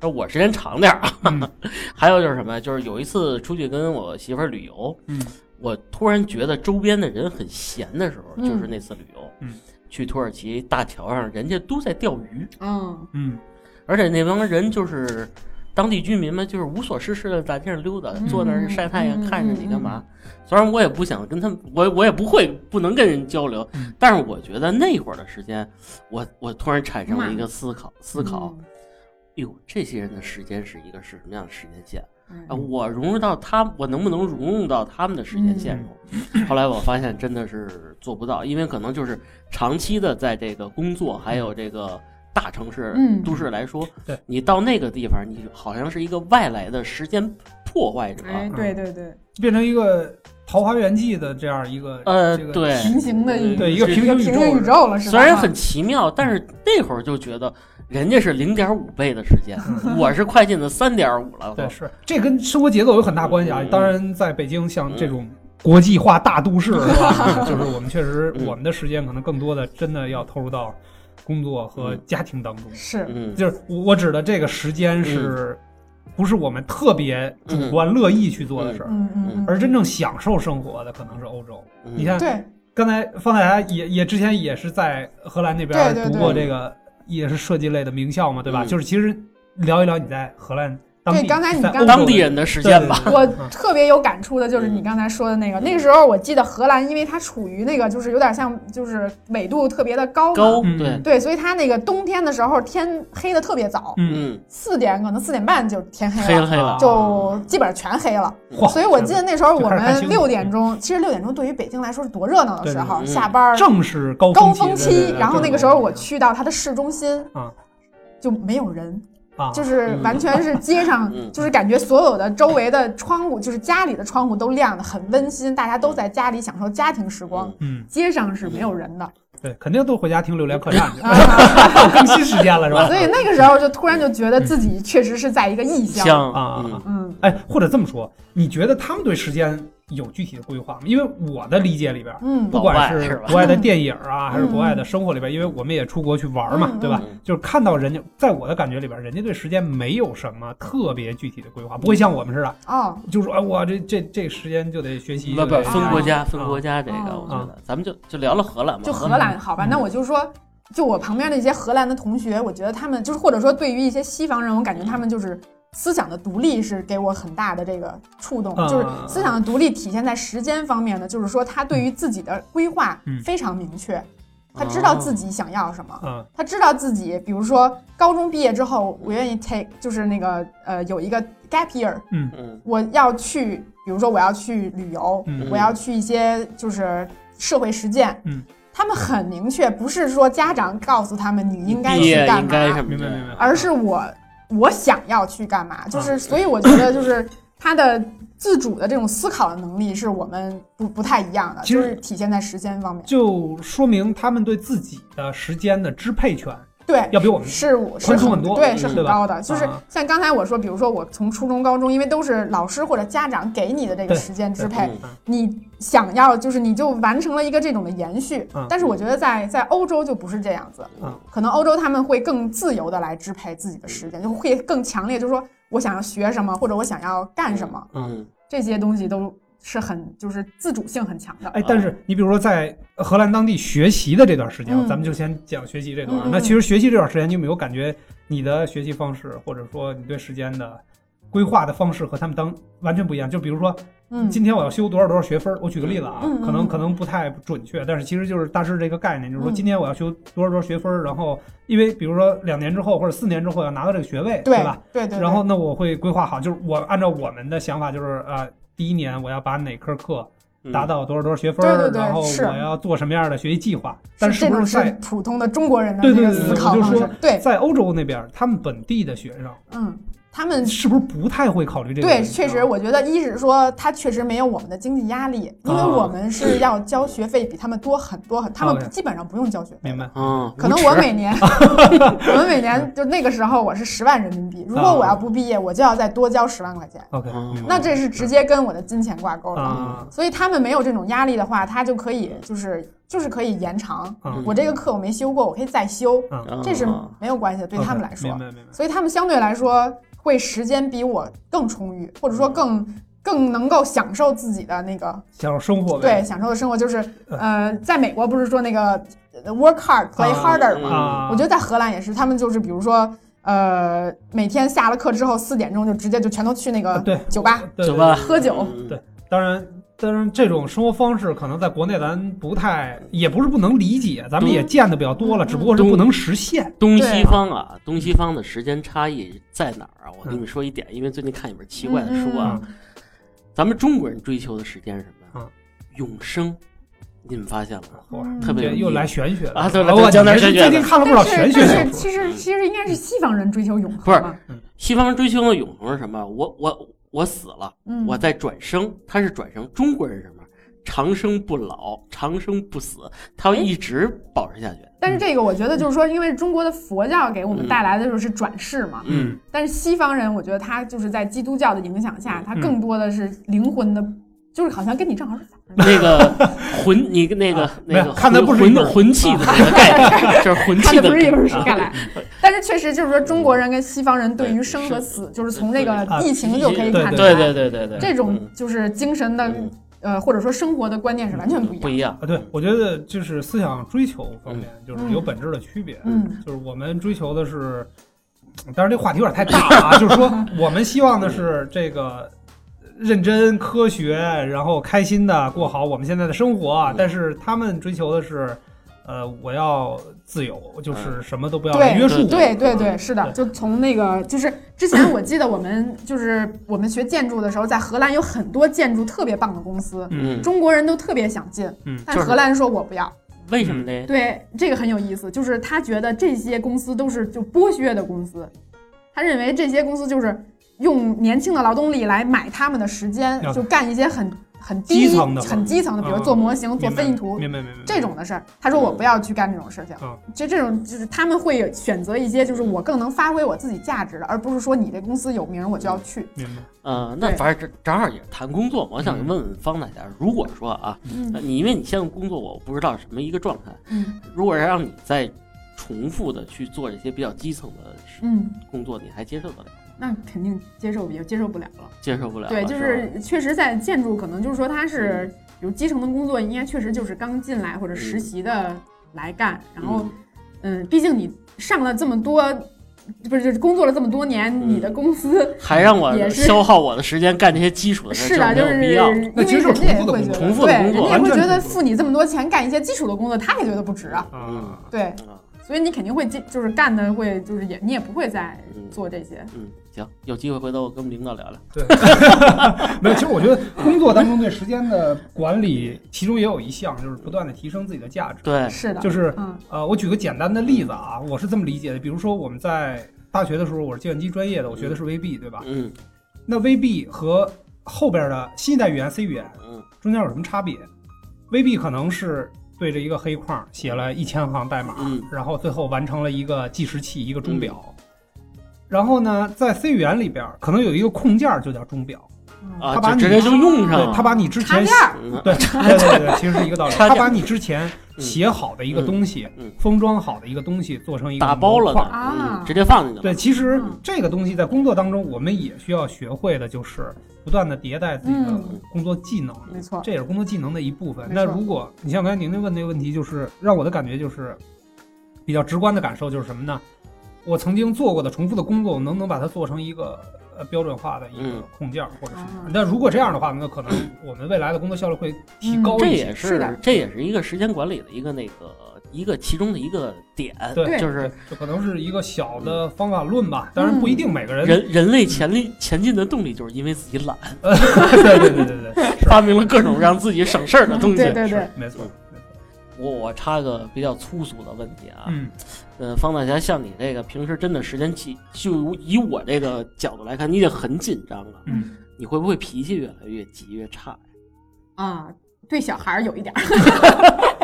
那我时间长点儿啊，
嗯
还有就是什么呀？就是有一次出去跟我媳妇儿旅游，
嗯，
我突然觉得周边的人很闲的时候，
嗯
就是那次旅游，
嗯，
去土耳其大桥上，人家都在钓鱼，
嗯
嗯
而且那帮人就是当地居民嘛，就是无所事事的在地上溜达，
嗯
坐那儿晒太阳，
嗯
看着你干嘛？虽然我也不想跟他们，我我也不会，不能跟人交流，
嗯
但是我觉得那会儿的时间，我我突然产生了一个思考，思
嗯
考，哟，这些人的时间是一个是什么样的时间线
嗯
啊？我融入到他，我能不能融入到他们的时间线
嗯
中？后来我发现真的是做不到，因为可能就是长期的在这个工作，还有这个大城市、
嗯
都市来说，
对
你到那个地方，你好像是一个外来的时间破坏者。
哎，对
啊
对对，
变成一个《桃花源记》的这样一个
呃，
这个
对，
平行的一
对一
个
个
平
平
个
行宙
平行宇
是吧，
宙了，是吧？
虽然很奇妙，但是那会儿就觉得人家是零点五倍的时间，我是快进的三点五了。
嗯 对是这跟生活节奏有很大关系啊
嗯。
当然，在北京像这种。国际化大都市是吧？就是我们确实，
嗯
我们的时间可能更多的真的要投入到工作和家庭当中。
是
嗯，
就是我我指的这个时间是，不是我们特别主观乐意去做的事儿，
嗯嗯嗯，
而真正享受生活的可能是欧洲。
嗯
你看，
对
刚才方大家也也之前也是在荷兰那边
对对
读
对
过这个，也是设计类的名校嘛，对吧？
嗯
就是其实聊一聊你在荷兰当地，
对刚才你
在
刚
欧洲
嗯当地人的时间吧。
对对
我
对对
特别有感触的就是你刚才说的那个，那个时候我记得荷兰，因为它处于那个就是有点像就是纬度特别的高嘛，
高
嗯
对，
对，所以它那个冬天的时候天黑的特别早，
嗯，
嗯，
四点可能四点半就天
黑
黑
了
了。
黑了，
就基本上全黑了，
嚯
所以我记得那时候我
就开始看星星
们六点钟，其实六点钟对于北京来说是多热闹的时候，
对对对
下班儿
正是高
高
峰
峰
对对
期
对，对
然后那
对
个时候我
对
去到它的市中心
啊，
就没有人，
啊，
就是完全是街上
嗯，
就是感觉所有的周围的窗户，就是家里的窗户都亮的很温馨，大家都在家里享受家庭时光
嗯，
嗯，
街上是没有人的。
对，肯定都回家听《榴莲客栈》
嗯
去，
啊，
到更新时间了是吧？
所以那个时候就突然就觉得自己确实是在一个异乡。
香
啊
嗯
嗯
哎，或者这么说，你觉得他们对时间有具体的规划吗？因为我的理解里边，
嗯
不
老外
管
是
是
吧
国外的电影啊，
嗯
还是国外的生活里边，因为我们也出国去玩嘛，
嗯
对吧
嗯？
就是看到人家，在我的感觉里边，人家对时间没有什么特别具体的规划，不会像我们似的，
哦，
就说哎，我这这这时间就得学习，
不不
就得
分国家
啊
分国家这个，
啊
我觉得咱们就就聊聊荷兰吧。
就荷
嗯
兰，好吧，那我就说。就我旁边的一些荷兰的同学，我觉得他们就是，或者说对于一些西方人，我感觉他们就是思想的独立是给我很大的这个触动，
啊
就是思想的独立体现在时间方面呢，就是说他对于自己的规划
嗯
非常明确，他知道自己想要什么，
嗯
他知道自己，比如说高中毕业之后，我愿意 take 就是那个呃有一个 gap year，
嗯
我要去，比如说我要去旅游，
嗯
我要去一些就是社会实践，
嗯
他们很明确，不是说家长告诉他们你应该
毕
去
业
干
应该
嘛，
什么？
明白明白，
而是我我想要去干嘛，就是、
嗯
所以我觉得就是他的自主的这种思考的能力是我们不不太一样的，
其实
就是体现在时间方面，
就说明他们对自己的时间的支配权
对。
要比我们
是我是
宽松很多嗯
对，是
对
很
吧
高的。就是
啊
像刚才我说，比如说我从初中、高中，因为都是老师或者家长给你的这个
对
时间
对
支配，
嗯
你想要就是你就完成了一个这种的延续
嗯，
但是我觉得在在欧洲就不是这样子
嗯，
可能欧洲他们会更自由的来支配自己的时间，就会更强烈，就是说我想要学什么或者我想要干什么，
嗯，
这些东西都是很就是自主性很强的。
哎，但是你比如说在荷兰当地学习的这段时间，
嗯
咱们就先讲学习这段啊。
嗯嗯嗯
那其实学习这段时间，你有没有感觉你的学习方式，或者说你对时间的规划的方式和他们当完全不一样？就比如说
嗯，
今天我要修多少多少学分儿，我举个例子啊
嗯嗯，嗯
可能可能不太准确，但是其实就是大致这个概念，就是说
嗯
今天我要修多少多少学分儿，然后因为比如说两年之后或者四年之后要拿到这个学位，
对
吧？？
对对。
然后那我会规划好，就是我按照我们的想法，就是呃，第一年我要把哪科课
嗯
达到多少多少学分儿，
对对对
然后
是
我要做什么样的学习计划。但
这
不
种
是
是
在
普通的中国人的
对
那
对
个
对对
思
对
考
我就
方式
说？
对，
在欧洲那边儿，他们本地的学生
嗯，他们
是不是不太会考虑这个问
对，
题啊？
确实，我觉得一是说他确实没有我们的经济压力，因为
啊
我们是要交学费比他们多很多很，他们
OK
基本上不用交学费。
明白。
嗯，
可能
无
我
耻
每年， 我们每年就那个时候我是十万人民币，如
啊
果我要不毕业，我就要再多交十万块钱，
OK，
嗯
明白
那这是直接跟我的金钱挂钩了。
啊
所以他们没有这种压力的话，他就可以就是就是可以延长。
啊
我这个课我没修过，我可以再修，
嗯
这是没有关系的，对
OK，
他们来说。
明白明白。
所以他们相对来说会时间比我更充裕，或者
嗯
说更更能够享受自己的那个
享受生活
对
呗。
享受的生活，就是呃，在美国不是说那个呃 work hard play harder
嗯
吗？
啊，
我觉得在荷兰也是，他们就是比如说呃，每天下了课之后四点钟就直接就全都去那
啊
个
对
酒吧
对
走吧，
喝酒，
嗯
对当然，当然，这种生活方式可能在国内咱不太，也不是不能理解，咱们也见的比较多了，
嗯
只不过是不能实现。
东
对
西
啊
方啊，东西方的时间差异在哪儿啊？我
嗯
跟你们说一点，因为最近看一本
嗯
奇怪的书啊，咱们中国人追求的时间是什么
嗯
呀？永生，你们发现了吗？
嗯
特别有
这
意义
又来玄学了
啊对
哎
来
我
讲点
你
玄学
最
的
近看了不少
但是
玄学
但是
小说。
其实其实应该是西方人追求永
不是
恒嘛，
西方人追求的永恒是什么？我我我死了，
嗯，
我再转生，他是转生。中国人是什么？长生不老，长生不死，他
哎
要一直保持下去。
但是这个我觉得就是说，因为中国的佛教给我们
嗯
带来的就是转世嘛，
嗯，
但是西方人，我觉得他就是在基督教的影响下，他
嗯
更多的是灵魂的，就是好像跟你正好是反 着的。
那个魂，你那个
啊
没
那
有
个
看他不是一
魂
本
魂
儿
魂器的那个概念，就是魂
看
器
的
的
不是一本书
啊
看来，但是确实就是说，中国人跟西方人对于生和死，就是从那个疫情就可以看
嗯
出
对
来，
对对对对，
这
嗯
种就是精神的
嗯
呃或者说生活的观念是完全不一
不
样。
一样
啊，对，我觉得就是思想追求方面，
嗯
就是有本质的区别。
嗯
就是我们追求的是，当然这话题有点太大了啊， 就是说我们希望的是这个认真、科学，然后开心的过好我们现在的生活啊
嗯。
但是他们追求的是，呃，我要自由，
嗯
就是什么都不要
对
来约束我。
对对对，是的，
对
就从那个就是之前我记得我们就是我们学建筑的时候，在荷兰有很多建筑特别棒的公司，
嗯，
中国人都特别想进
嗯，
但
就是
荷兰人说我不要。
为
嗯
什么呢？
对，这个很有意思，就是他觉得这些公司都是就剥削的公司，他认为这些公司就是用年轻的劳动力来买他们的时间，
啊
就干一些很很低
基层的
很基层的，比如
啊
做模型、做
明白
分析图
明白明白明白
这种的事儿。他说我不要去干这种事情
啊，
就这种就是他们会选择一些就是我更能发挥我自己价值的，而不是说你这公司有名儿我就要去。
明白。
呃，那
对
反正正正好也谈工作嘛，我想
嗯
问问方大侠，如果说啊，
嗯
呃你因为你现在工作，我不知道什么一个状态，
嗯
如果让你再重复的去做这些比较基层的
嗯，
工作，你还接受得了？
那肯定接受也接受不了了。
接受不了了，
对，就是
吧
是确实在建筑，可能就是说它是，比如基层的工作，应该确实就是刚进来或者
嗯
实习的来干。然后，嗯，毕竟你上了这么多，不是就是工作了这么多年，
嗯
你的公司
嗯还让我
也是
消耗我的时间干这些基础的事
是
儿，没
的，就
有
是
必要。
因
那
为
其实就
人
是
家也
重复的
会
作重复的工作
工
觉得，对，人家也会
完全
觉得
重复
付你这么多钱干一些基础的工作，他也觉得不值啊。
啊，
对，
啊
所以你肯定会进，就是干的会，就是也你也不会再
嗯
做这些。
嗯，行，有机会回头我跟我们领导聊聊。
没有，其实我觉得工作当中对时间的管理，其中也有一项就是不断的提升自己的价值。
对，
是的，
就是
嗯
呃，我举个简单的例子啊，我是这么理解的。比如说我们在大学的时候，我是计算机专业的，我学的是 VB，对吧？
嗯
那 VB 和后边的新一代语言 C 语言
嗯
中间有什么差别？VB 可能是对着一个黑框写了一千行代码，
嗯
然后最后完成了一个计时器，一个钟表。然后呢，在 C 语言里边可能有一个控件儿就叫钟表，
啊，
他把
就
你
直接就用上
对，
了。
他把你之
嗯插
前
件儿，
嗯
对对对对，其实是一个道理。
插件
他把你之前写好的一个东西
嗯嗯嗯，
封装好的一个东西，做成一个
打包了
模块
的，
儿
啊
嗯，直接放进去了。
对，其实
嗯
这个东西在工作当中，我们也需要学会的就是不断的迭代自己的
嗯
工作技能，
没错，
这也是工作技能的一部分。
没
那
错
如果你像刚才宁宁问那个问题，就是让我的感觉就是比较直观的感受就是什么呢？我曾经做过的重复的工作，我能不能把它做成一个呃标准化的一个
嗯
控件儿，或者是
啊
那如果这样的话，那可能我们未来的工作效率会提
嗯
高
这
一些。
也
是的
这也是一个时间管理的一个那个一个其中的一个点，
对
就是
这可能是一个小的方法论吧，当然不
嗯
一定每个人。
人人类前力前进的动力就是因为自己懒，
对对对 对对，
发明了各种让自己省事儿的东西。
啊对对对，
没错。没错
我我插个比较粗俗的问题啊，
嗯，
呃，方大侠，像你这个平时真的时间紧，就以我这个角度来看，你得很紧张啊，
嗯，
你会不会脾气越来越急越差？
啊，对小孩儿有一点儿，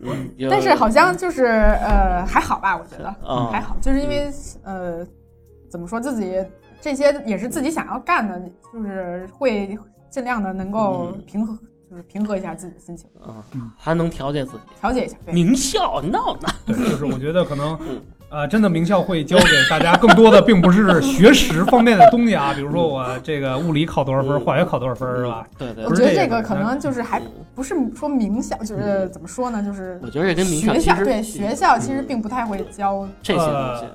嗯，
但是好像就是呃还好吧，我觉得
啊，
还好，就是因为呃怎么说自己这些也是自己想要干的，就是会尽量的能够
嗯
平和，就是平和一下自己的心情，
啊
嗯，
还能调节自己。
调节一下。对，
名校闹呢？
对，就是我觉得可能
嗯，
呃，真的名校会教给大家更多的，并不是学识方面的东西啊，比如说我这个物理考多少分，
嗯
化学考多少分，是吧？？
对对
我
不
对。
是
觉得
这
这
个
个可能就是还
嗯
不是说名校，就是怎么说呢，就是
我觉得这跟名校
学
其
校
实
对学校其实
嗯
并不太会教，
这些东
呃
西，嗯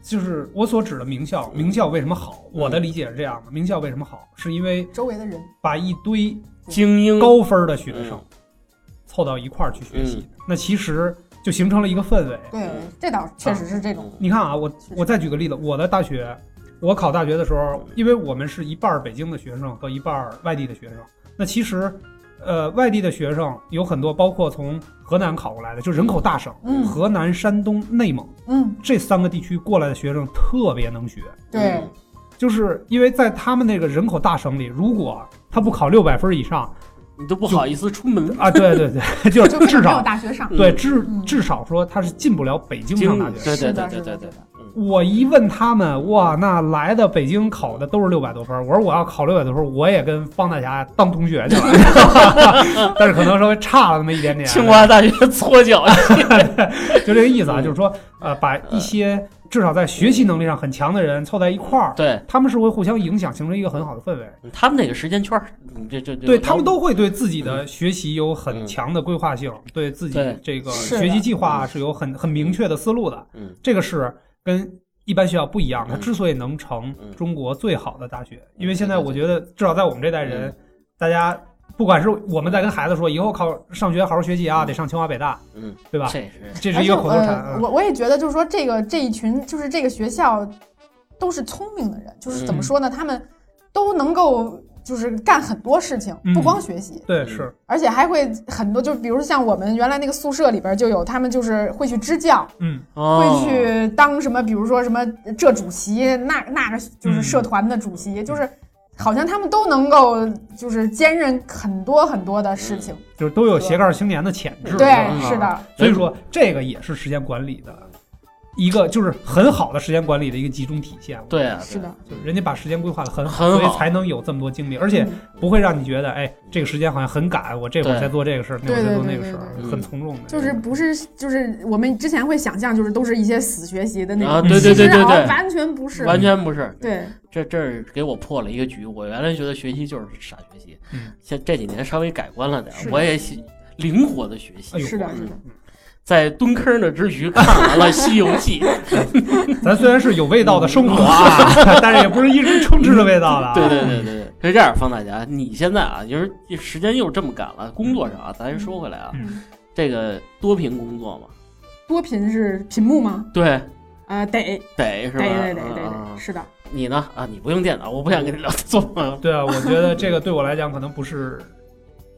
就是我所指的名校，名校为什么好？我
嗯
的理解是这样的：名校为什么好，是因为
周围的人
把一堆
精英
高分的学生
嗯
凑到一块儿去学习，那其实就形成了一个氛围。
对
嗯，
这倒确实是这种。
你看啊，我
是
我再举个例子，我的大学，我考大学的时候，因为我们是一半儿北京的学生和一半儿外地的学生，那其实，呃，外地的学生有很多，包括从河南考过来的，就人口大省，
嗯
河南、山东、内蒙
嗯，
这三个地区过来的学生特别能学，
对，
嗯
就是因为在他们那个人口大省里，如果他不考六百分以上
你都不好意思出门。
啊，对对对， 就
就是
至
没有
少
大学上。
对
嗯
至
嗯
至少说他是进不了北京上大学。
对对
是
对
的
对
是
对
的
对
是，的
我一问他们，哇，那来的北京考的都是六百多分儿。我说我要考六百多分儿，我也跟方大侠当同学去了， 但是可能稍微差了那么一点点。
清华大学搓脚，
就这个意思啊，
嗯
就是说，呃，把一些至少在学习能力上很强的人凑在一块儿，
对
他们是会互相影响，形成一个很好的氛围。
他们那个时间圈儿，嗯这这这
对他们都会对自己的学习有很强的规划性，对自己
嗯对
这个
是的
学习计划是有很很明确的思路的。
嗯，
这个是跟一般学校不一样。
嗯
它之所以能成
嗯
中国最好的大学，因为
嗯
现在
对对
我觉得，至少在我们这代人，大家不管是我们在跟孩子说，以后考上学好好学习啊，
嗯
得上清华北大，
嗯，
对吧？
这是
这是
而
一
且
个口头禅。
呃
嗯
我我也觉得，就是说这个这一群，就是这个学校，都是聪明的人，就是怎么
嗯
说呢？他们都能够就是干很多事情，不
嗯
光学习，
对，是，
而且还会很多，就比如像我们原来那个宿舍里边就有，他们就是会去支教，
嗯，
哦
会去当什么，比如说什么这主席，那那个就是
嗯
社团的主席，就是好像他们都能够就是兼任很多很多的事情。
就是都有斜杠青年的潜质。
对
吧，
是的，
所以说这个也是时间管理的一个，就是很好的时间管理的一个集中体现。
对啊，
是的
对，
人家把时间规划的很
很
所
好
以才能有这么多精力，而
嗯
且不会让你觉得，哎，这个时间好像很赶，我这会儿
对
才做这个事儿，那会儿
对
才
对
做
对
那个
对
事
对
儿，
对
很从容的。
就是不是就是我们之前会想象，就是都是一些死学习的那种，
啊，
嗯
对对对对
其实啊
对，
完全不是，
完全不是，
对，
这这儿给我破了一个局。我原来觉得学习就是傻学习
嗯，
现这几年稍微改观了点儿
是，的
我也喜灵活的学
哎
习
呦，
是的，
嗯
是的，
在蹲坑的之余看完了《西游 记》，
咱虽然是有味道的生活啊， 但是也不是一直充斥着味道的啊。
嗯 对对对对对，是这样，方大侠，你现在啊，就是时间又这么赶了，工作上啊，咱说回来啊，
嗯
这个多屏工作嘛，
多频是屏幕
嗯
吗？
对，
呃，得
得是
得
吧？
得得得
啊
得，是的，
你呢？啊，你不用电脑，我不想跟你聊做朋友。
对啊，我觉得这个对我来讲可能不是，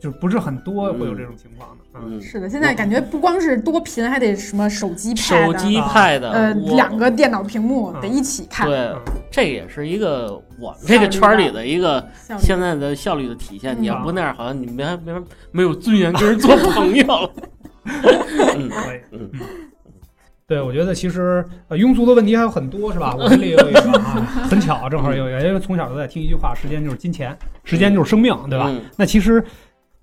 就是不是很多会有这种情况的。嗯，
嗯，
是的。现在感觉不光是多频，还得什么手机、
手机
pad
Pad，
啊呃，
我
两个电脑屏幕
嗯
得一起看，
对
嗯，
这也是一个我们这个圈儿里的一个
效率
现在的效率的体现。
嗯
你要不那样，好像你没没 没有尊严跟人做朋友了。嗯
可以。
嗯，
对，我觉得其实呃庸俗的问题还有很多，是吧？我这里也有一个啊，很巧，正好有
嗯
一个，因为从小都在听一句话：时间就是金钱，时间就是生命，对吧？
嗯
那其实，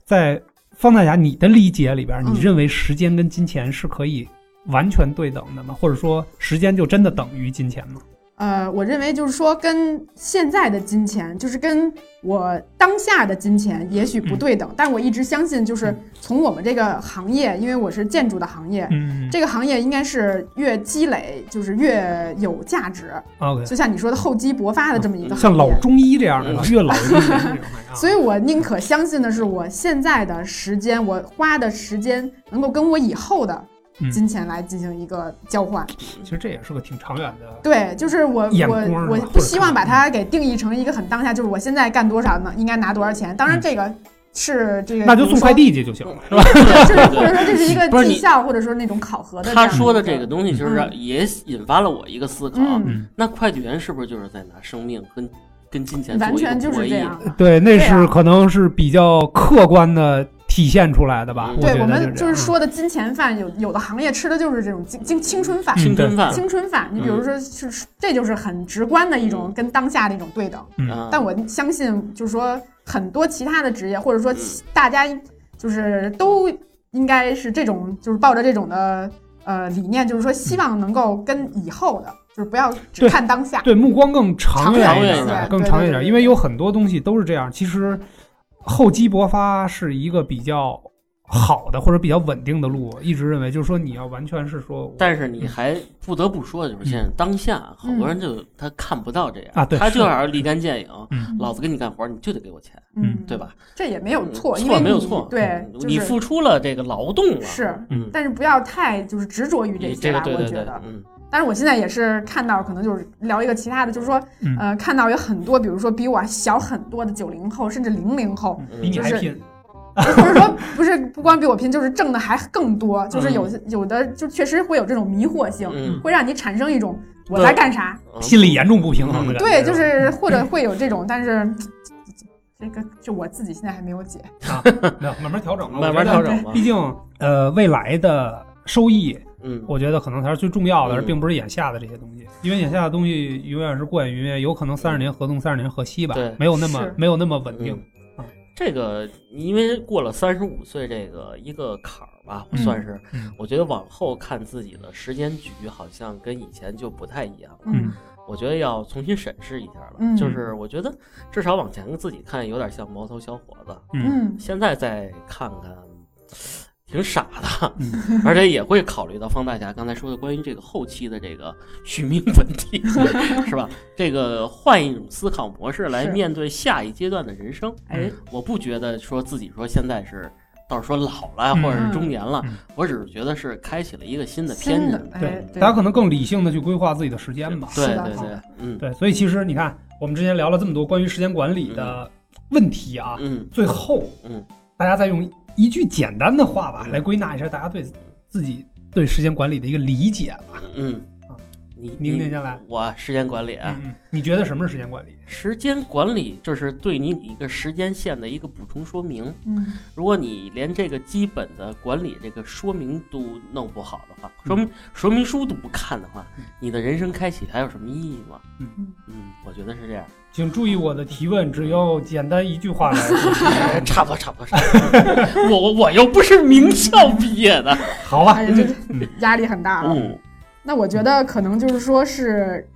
在方大侠你的理解里边，
嗯
你认为时间跟金钱是可以完全对等的吗？或者说，时间就真的等于金钱吗？
呃，我认为就是说，跟现在的金钱，就是跟我当下的金钱，也许不对等，但我一直相信，就是
嗯
从我们这个行业，因为我是建筑的行业，
嗯
这个行业应该是越积累就是越有价值，
，OK，
就像你说的厚积薄发的这么一个行
嗯像
业。
老中医这样的，越老越金钱这种啊。
所以我宁可相信的是我现在的时间，我花的时间能够跟我以后的
嗯
金钱来进行一个交换。
其实这也是个挺长远的。
对，就是我
眼光
我
啊
我
或者
不希望把它给定义成一个很当下，就是我现在干多少呢，应该拿多少钱。当然
嗯
这个是这个，
那就送快，递去就行了，
嗯
是吧？
就是或者说这是一个
不是你
绩效，或者说那种考核的。
他说的这个，东西，就是
嗯
也引发了我一个思考：
嗯，
嗯，
那快递员是不是就是在拿生命跟跟金钱做
完
一个
全就
博
是
弈？
这样的。
对，那
对
是
啊
可能是比较客观的体现出来的吧。
嗯
觉
对
得
我们
这
就
样
是，说的金钱饭，有有的行业吃的就是这种青青青春饭。
青春饭，
青春饭，你比如说是，这就是很直观的一种
嗯
跟当下的一种对等。
啊
但我相信，就是说很多其他的职业，或者说
嗯
大家就是都应该是这种，就是抱着这种的呃理念，就是说希
嗯
望能够跟以后的，就是不要只
对
看当下。嗯
对目光更长远一
长远
点
一
吧，
点
更
对
长远一
对
点，
对
因为有很多东西都是这样。其实厚积薄发是一个比较好的或者比较稳定的路，我一直认为就是说你要完全是说我
但是你还不得不说，就是
嗯
现在当下好多人就他看不到这样
啊对
他
是
就要是立竿见影，
嗯
老子给你干活，你就得给我钱，
嗯
对？吧？嗯
这也没有错，因
错
为
没有
你
错，
对，
嗯
就是
你付出了这个劳动了，
是，
嗯，
但是不要太就是执着于这
你
些
这个
吧，
对
我
对
觉
对
得，。
嗯
但是我现在也是看到，可能就是聊一个其他的，就是说
嗯，
呃，看到有很多，比如说比我小很多的九零后，甚至零零 后，
比你
就
还
是
拼，
或者说不是不光比我拼，就是挣的还更多，就是有有的就确实会有这种迷惑性，
嗯，
会让你产生一种我在干啥？
嗯
心理严重不平衡的感觉。
嗯对，就是
吧
是或者会有这种，但是这个就我自己现在还没有解。
没有慢慢调整吧，
慢慢
我觉
调
得
整吧
毕，竟呃未来的收益
嗯，
我觉得可能才是最重要的，而
嗯
并不是眼下的这些东西，因为眼下的东西永远是过眼云烟，有可能三十年河东，三十年河西吧
对，
没有那么
是
没有那么稳定。
嗯这个因为过了三十五岁这个一个坎儿吧，
嗯
算是
嗯，
我觉得往后看自己的时间局好像跟以前就不太一样了。
嗯
我觉得要重新审视一下了。
嗯
就是我觉得至少往前自己看，有点像毛头小伙子。
嗯
现在再看看，挺傻的，
嗯，
而且也会考虑到方大侠刚才说的关于这个后期的这个续命问题， 是吧？这个换一种思考模式来
是
面对下一阶段的人生。
哎，
我不觉得说自己说现在是。到时候说老了
嗯
或者是中年了，
嗯
我只是觉得是开启了一个新的篇
新
章
的。哎，
大家可能更理性的去规划自哎己的时间吧。
对
是的
对
是
对
的，
嗯
对，所以其实你看，我们之前聊了这么多关于时间管理的问题啊，
嗯
最后
嗯，
大家再用一句简单的话吧
嗯
来归纳一下大家对自己对时间管理的一个理解吧。
嗯
啊，
你
你念下来，
我时间管理啊，
嗯，你觉得什么是时间管理？
时间管理就是对你一个时间线的一个补充说明。
嗯
如果你连这个基本的管理这个说明都弄不好的话，说明说明书都不看的话
嗯，
你的人生开启还有什么意义吗？
嗯
嗯，我觉得是这样。
请注意我的提问，只要简单一句话 来说。
哎 差不多，差不多，差不 多。我我我又不是名校毕业 的。
好吧
哎，呀，这压力很大了。
嗯
那我觉得可能就是说是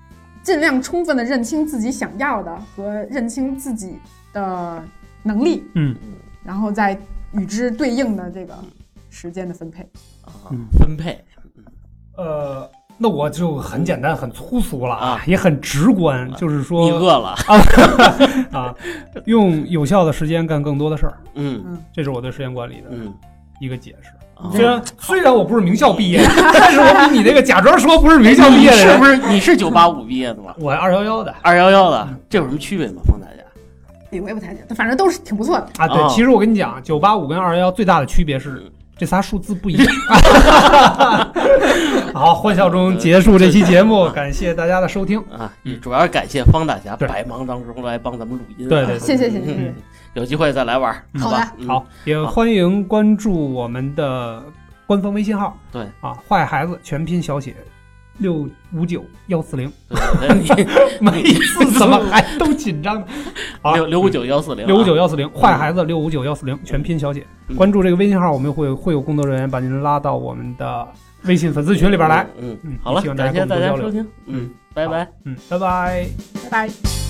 尽量充分的认清自己想要的和认清自己的能力，
嗯
然后再与之对应的这个时间的分配。
啊
嗯，
分配。
呃，那我就很简单、很粗俗了
啊，
也很直观，就是
你
说
饿了？
啊，用有效的时间干更多的事儿，
嗯
这是我对时间管理的
嗯。
一个解释。
啊
虽然虽然我不是名校毕业， 但是我比你这个假装说不是名校毕
你
业的
是
人，
不是你是九八五毕业的吗？
我二幺幺的
二幺幺的，这有什么区别吗？方大家？
哎，我也不太记得，反正都是挺不错的。
啊。
哦
对，其实我跟你讲，九八五跟二幺幺最大的区别是
嗯
这仨数字 不一样。好，欢笑中结束这期节目，感谢大家的收听。
啊，
嗯
主要是感谢方大侠
对
百忙当中来帮咱们录音啊，
对对对
谢谢谢谢谢啊
嗯
谢。
有机会再来玩儿，嗯
好
吧？
的
嗯，
好，也欢迎关注我们的官方微信号，
对
啊，坏孩子全拼小写六五九幺 四零，
对，
每一次怎么还都紧张呢？好
六六五九幺四零啊
六五九啊嗯幺四零，坏孩子六五九幺四零，全拼小写
嗯。
关注这个微信号，我们会会有工作人员把您拉到我们的微信粉丝群里边来。，
嗯，
嗯，
好了
希，望大
感
家
谢
跟我
大
们
家
多交嗯
收
流。
听，嗯，拜拜。
嗯，拜拜。
拜拜。